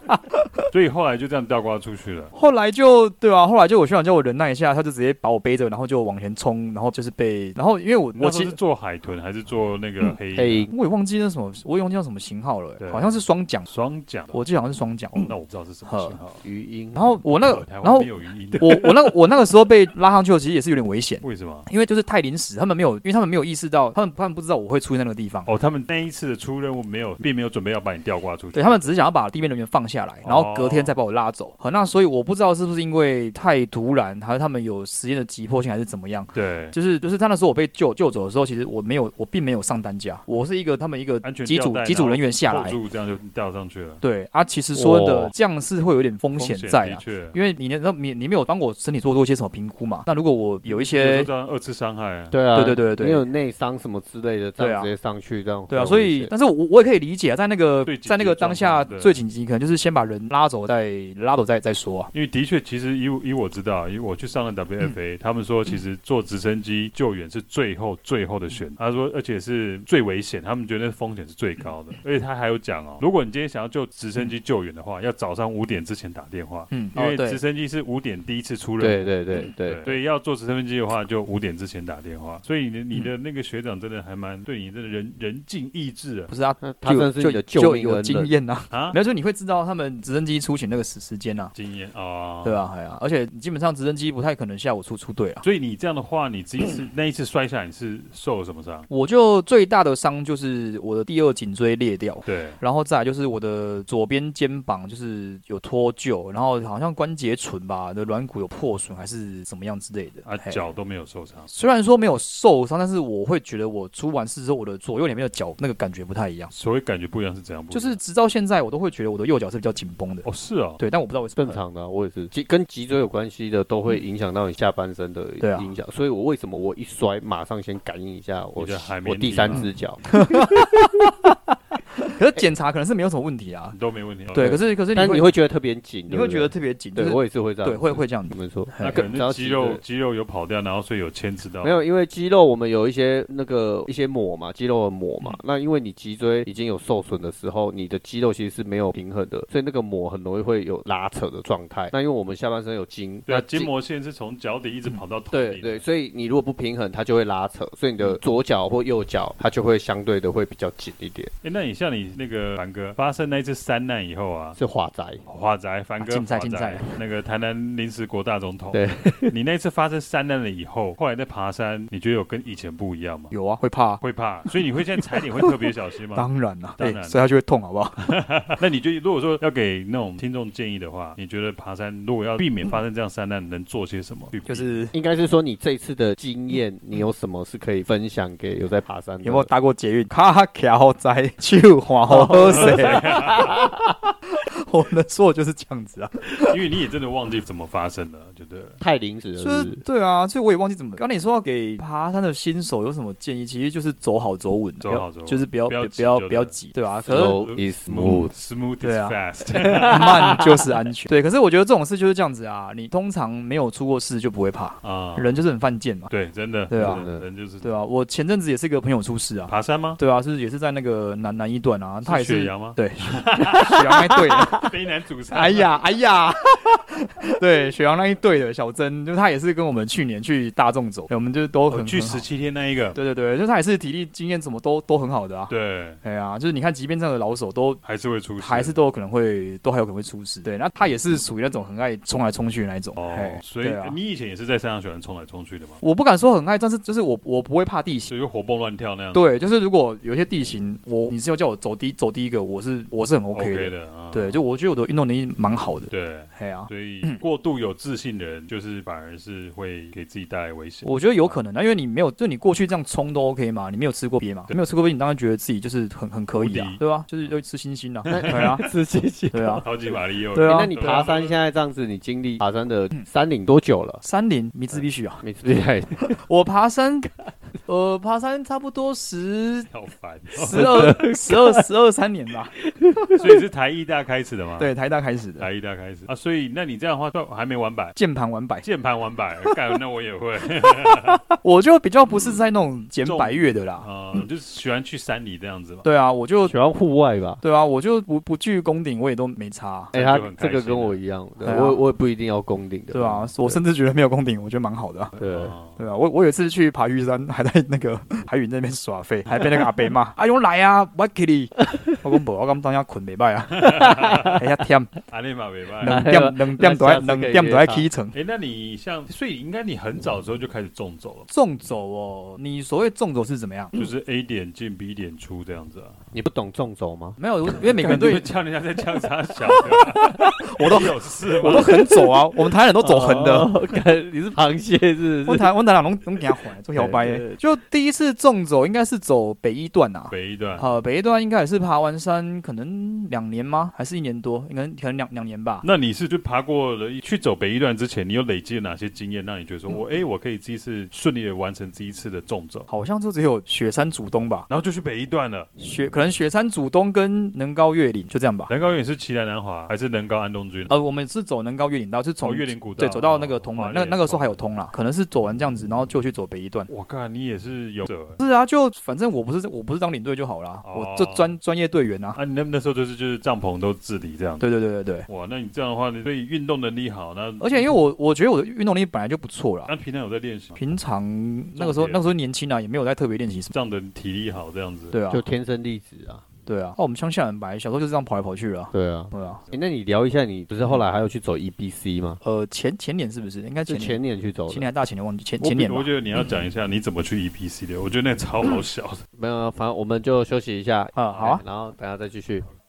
S1: 所以后来就这样吊挂出去了。
S3: 后来就对啊，后来就我学长叫我忍耐一下，他就直接把我背着，然后就往前冲，然后就是被，然后因为我
S1: 我
S3: 我
S1: 其
S3: 其
S1: 实
S3: 实嗯
S1: 做海豚还是做那个黑
S2: 黑
S1: 的
S2: 鹰
S3: 我也忘记那什么，我也忘记叫什么型号了、
S1: 对
S3: 好像是双桨，
S1: 啊双桨的，
S3: 我记得好像是双桨。
S1: 那我不知道是什么型号。
S2: 鱼鹰，
S3: 然后我那个，
S1: 哦台
S3: 然
S1: 湾
S3: 后
S1: 没有鱼鹰的，
S3: 我我那个我 那个时候被拉上去，其实也是有点危险，
S1: 为什么？
S3: 因为就是太临时，他们没有，因为他们没有意识到，他们他们不知道我会出现在那个地方，
S1: 哦，他们那一次的出任务没有，并没有准备要把你吊挂出去。
S3: 对他们只是想要把地面人员放下来，然后隔天再把我拉走。好，那所以我不知道是不是因为太突然，还是他们有实验的急迫性，还是怎么样。
S1: 对
S3: 就是就是他那时候我被救救走的时候，其实我没有我并没有上担架，我是一个他们一个
S1: 安全
S3: 机
S1: 吊
S3: 组
S1: 带
S3: 机组人员下
S1: 扣
S3: 来，
S1: 住这样就吊上去了，
S3: 对啊，其实说的
S2: 哦
S3: 这样是会有点风险在
S1: 的
S3: 啊，
S1: 确。
S3: 因为你那你你没有帮我身体做过一些什么评估嘛，那如果我有一
S1: 有
S3: 些
S1: 时候这样二次伤害啊，
S2: 对啊，
S3: 对对对对
S2: 没有内伤什么之类的，这
S3: 对啊
S2: 样直接上去这样，
S3: 对啊，
S2: 很
S3: 所
S2: 危
S3: 以
S2: 险
S3: 但是我我也可以理解啊，在那个
S1: 最紧急
S3: 在那个
S1: 的状
S3: 当下
S1: 况对
S3: 最紧急，可能就是先把人拉走再拉走再再说啊，
S1: 因为的确，其实以我以我知道，因为我去
S3: 嗯
S1: 上了 WFA，、他们说其实坐直升机救援是最后最后的
S3: 嗯
S1: 选，他说而且是最危险，他们觉得风险是最高
S3: 嗯
S1: 的，而且他还有讲哦，如果你今天想要救直升机救援的话，要早上五点之前打电话，
S3: 嗯，
S1: 因为
S3: 哦对
S1: 直升机是五点第一次出任务。
S2: 对对对对，
S1: 所以要坐直升机的话，就五点之前打电话。所以你的
S2: 嗯
S1: 你的那个学长真的还蛮对你真的人人尽意志啊
S3: 不是啊，
S2: 那他
S3: 就
S2: 算是你
S3: 就
S2: 的
S3: 就
S2: 救命
S3: 有
S2: 恩
S3: 经
S2: 人，
S3: 验啊，
S1: 啊
S3: 没，有就你会知道他们直升机出勤那个时时间啊，
S1: 经验
S2: 哦
S1: 啊，
S3: 对啊，哎呀、而且基本上直升机不太可能下午出出队啊。
S1: 所以你这样的话，你这一 次那一次摔下来，你是受了什么伤？
S3: 我就最大的伤就是我的第二颈椎裂掉，
S1: 对，
S3: 然后再来就是我的左边肩膀就是有脱臼，然后好像关节唇吧的软骨有破损还是怎么样之类的。
S1: 啊，
S3: 嘿
S1: 脚都没有受伤。
S3: 虽然说没有受伤，但是我会觉得我出完事之后，我的左右两边的脚那个感觉不太一样，
S1: 所谓感觉不一样是怎样不一
S3: 就
S1: 样？
S3: 是直到现在我都会觉得我的右脚是比较紧绷的。
S1: 哦，是哦，
S3: 对，但我不知道为什 么。
S2: 正。常的啊、我也是，脊跟脊椎有关系的都会影响到你下半身的
S3: 对啊
S2: 影响，所以我为什么我一摔马上先感应一下我
S1: 你的海绵
S2: 我第
S1: 体
S2: 三
S1: 吗
S2: 只 脚，
S3: 可是检查可能是没有什么问题 啊。
S1: 你都没问题。哦
S3: 对，可是可是
S2: 但是
S3: 你
S2: 你
S3: 会
S2: 会觉得特别紧，
S3: 你
S2: 对
S3: 会
S2: 不
S3: 觉得
S2: 对
S3: 特别紧，就
S2: 对
S3: 是
S2: 我也是会这样
S3: 对
S2: 子，
S3: 会会这样子。
S2: 你们说
S1: 那可能是肌
S2: 只要
S1: 肉
S2: 脊
S1: 肌肉有跑掉，然后所以有牵制到。
S2: 没有，因为肌肉我们有一些那个一些膜嘛，肌肉的膜
S3: 嗯
S2: 嘛。那因为你脊椎已经有受损的时候，你的肌肉其实是没有平衡的，所以那个膜很容易会有拉扯的状态。那因为我们下半身有筋，
S1: 对
S2: 那
S1: 啊，筋。膜线是从脚底一直跑到头
S2: 对
S1: 顶。
S2: 对，，所以你如果不平衡，它就会拉扯，所以你的
S1: 嗯
S2: 左脚或右脚它就会相对的会比较紧一点，
S1: 哎，那你像你那个凡哥发生那一次山难以后啊，
S2: 是华宅。
S1: 华仔凡哥
S3: 啊竞赛
S1: 华仔
S3: 竞赛
S1: 那个台南临时国大总统，
S2: 对，
S1: 你那次发生山难了以后，后来在爬山，你觉得有跟以前不一样吗？
S3: 有啊，会怕、啊。
S1: 会怕，所以你会现在踩点会特别小心吗？
S3: 当然啦，啊
S1: 当
S3: 对，
S1: 然
S3: 所以它就会痛，好不好？
S1: 那你就如果说要给那种听众建议的话，你觉得爬山如果要避免发生这样山难，能做些什么？
S3: 就是
S2: 应该是说你这次的经验，你有什么是可以分享给有在爬山的？
S3: 有没有搭过捷运？卡卡好灾，就花好喝
S1: 哦
S3: 水。 我能做的就是这样子啊，
S1: 因为你也真的忘记怎么发生了， 就对了。
S2: 太临时了是不
S3: 就是
S2: 是？
S3: 对啊，所以我也忘记怎么。刚才你说要给爬山的新手有什么建议，其实就是走好走稳，
S1: 走好走稳
S3: 就是不要
S1: 不要急
S3: 不要
S1: 就对
S3: 不要急，对
S2: 啊
S3: 吧？可是
S2: Slow is smooth。
S1: smooth
S3: 对
S1: is
S3: 啊
S1: fast，
S3: 慢就是安 全，对。可是我觉得这种事就是这样子啊，你通常没有出过事就不会怕，
S1: 啊，
S3: 人就是很犯贱嘛，
S1: 对，真的，
S3: 对啊
S1: 真的人就是
S3: 对吧？我前阵子也是一个朋友出事啊，
S1: 爬山吗？
S3: 对啊，是也是在那个南南一段啊，他也
S1: 雪
S3: 是
S1: 羊吗？
S3: 对，雪阳那一队的，
S1: 非男主山，
S3: 哎呀，哎呀， 对，雪阳那一队的小曾，就他也是跟我们去年去大众走，我们就都
S1: 哦，
S3: 很
S1: 去
S3: 很好
S1: 十七天那一个，
S3: 对对对，就他也是体力经验什么都都很好的啊。
S1: 对，
S3: 哎呀、就是你看，即便这样的老手都
S1: 还是会出事，
S3: 还是都有可能会，都还有可能会出事。对，那他也是属于那种很爱冲来冲去的那一种。
S1: 哦
S3: 嘿，
S1: 所以
S3: 对啊
S1: 你以前也是在山上喜欢冲来冲去的嘛，
S3: 我不敢说很爱，但是就是我我不会怕地形。
S1: 所以就活蹦乱跳那样
S3: 对，就是如果有一些地形，我你是要叫我走第走第一个，我是我是很 OK 的。
S1: 的啊，
S3: 对，就我觉得我的运动能力蛮好的。
S1: 对，
S3: 哎呀、
S1: 所以过度有自信的人，就是反而是会给自己带来危险。
S3: 我觉得有可能啊，因为你没有，就你过去这样冲都 OK 嘛，你没有吃过鳖嘛，
S1: 对
S3: 没有吃过鳖，你当然觉得自己就是很很可以
S1: 无
S3: 啊
S1: 敌，
S3: 对吧？就是要吃星星 啊，对啊，
S2: 自信心
S3: 对啊。
S1: 超级马里奥，
S3: 对 啊
S2: 那你爬山现在这样子，你经历爬山的
S3: 嗯
S2: 山岭多久了？
S3: 山林米兹必须啊，
S2: 每次厉害，
S3: 我爬山，呃，爬山差不 多十
S1: 好烦。
S3: 十二十二十二三年吧，
S1: 所以是台艺大开始的吗？，
S3: 对，台大开始的
S1: 台艺大开始啊。所以那你这样的话，算还没完百，
S3: 键盘玩百，
S1: 键盘完 百，干那我也会
S3: 我就比较不是在那种捡百越的啦，
S1: 啊，就是喜欢去山里这样子嘛。
S3: 对啊，我就
S2: 喜欢户外 吧？
S3: 对啊，我就不不惧攻顶，我也都没差啊，
S1: 这
S2: 哎，
S1: 样
S2: 他
S1: 就很开
S2: 这
S1: 心
S2: 个
S1: 了
S2: 跟我一样，对
S3: 对啊
S2: 我我也不一定要攻顶的，
S3: 对啊，我甚至觉得没有攻顶，我觉得蛮好的啊、
S2: 对
S1: 哦
S3: 对啊，我我有一次去爬玉山，还在那个 海云那边耍废，还被那个阿伯骂：“ 阿勇来啊，我给你。” 我讲无，我讲当下困袂歹啊， 哎呀 天，
S1: 阿内马尾巴。
S3: 两点两点都在
S2: 哎那下次可以
S3: 两点都在
S2: 约他
S3: 起床。
S1: 哎，那你像，所以应该你很早的时候就开始纵走了。
S3: 纵走哦，你所谓纵走是怎么样？
S1: 就是 A 点进 B 点出这样子啊，
S2: 你不懂纵走吗？
S3: 没有，因为每个人
S1: 对
S3: 对
S1: 呛人家在呛啥小的，
S3: 我都
S1: 你有事
S3: 我
S1: 吗？
S3: 都横 走啊，我们台湾人都走横的。
S2: 哦，看你是螃蟹是
S3: 我
S2: 不
S3: 们
S2: 是？
S3: 台我们台湾人拢拢行 回来做摇摆
S2: 对对对
S3: 的。就第一次纵走应该是走北一段啊，
S1: 北一段，
S3: 呃，北一段应该也是爬完山，可能两年吗？还是一年多？应该可能两两年吧。
S1: 那你是就爬过了一去走北一段之前，你有累积了哪些经验，让你觉
S3: 嗯
S1: 得说我哎、诶我可以这一次顺利的完成这一次的纵走，
S3: 好像就只有雪山主东吧，
S1: 然后就去北一段了。
S3: 雪可能雪山主东跟能高越岭就这样吧。
S1: 能高原是骑来南华还是能高安东军？
S3: 呃，我们是走能高越岭道，是从
S1: 哦越岭古道
S3: 对走到那个通
S1: 哦
S3: 嘛，
S1: 越
S3: 那
S1: 岭
S3: 那个时候还有通啦，可能是走完这样子，然后就去走北一段。
S1: 我靠，你也是有者
S3: 是啊，就反正我不是我不是当领队就好啦，
S1: 哦
S3: 我就专专业队员啊。
S1: 啊！你那那时候就是就是帐篷都自理这样子。
S3: 对对对对对，
S1: 哇，那你这样的话，你对运动能力好，那
S3: 而且因为我我觉得我的运动力本来就不错啦，
S1: 那平常有在练习吗，
S3: 平常那个时候
S1: 重点
S3: 那个时候年轻啊，也没有在特别练习什么。
S1: 这样的体力好这样子。
S3: 对啊
S2: 就，天生丽质啊，
S3: 对啊。哦，我们乡下人本来小时候就这样跑来跑去啦。
S2: 对啊。
S3: 对啊，
S2: 哎，那你聊一下，你不是后来还有去走 EBC 吗？
S3: 呃，前前年是不是？应该
S2: 是
S3: 前年
S2: 前年去走
S3: 前
S2: 的，
S3: 年还大前年忘记前
S1: 我
S3: 前年
S1: 比
S3: 吧
S1: 我。觉得你要讲一下你怎么去 E EPC 的，我觉得那个超好笑的。
S2: 啊没有，反正我们就休息一下哎
S3: 啊，好啊。
S2: 然后等下再继续。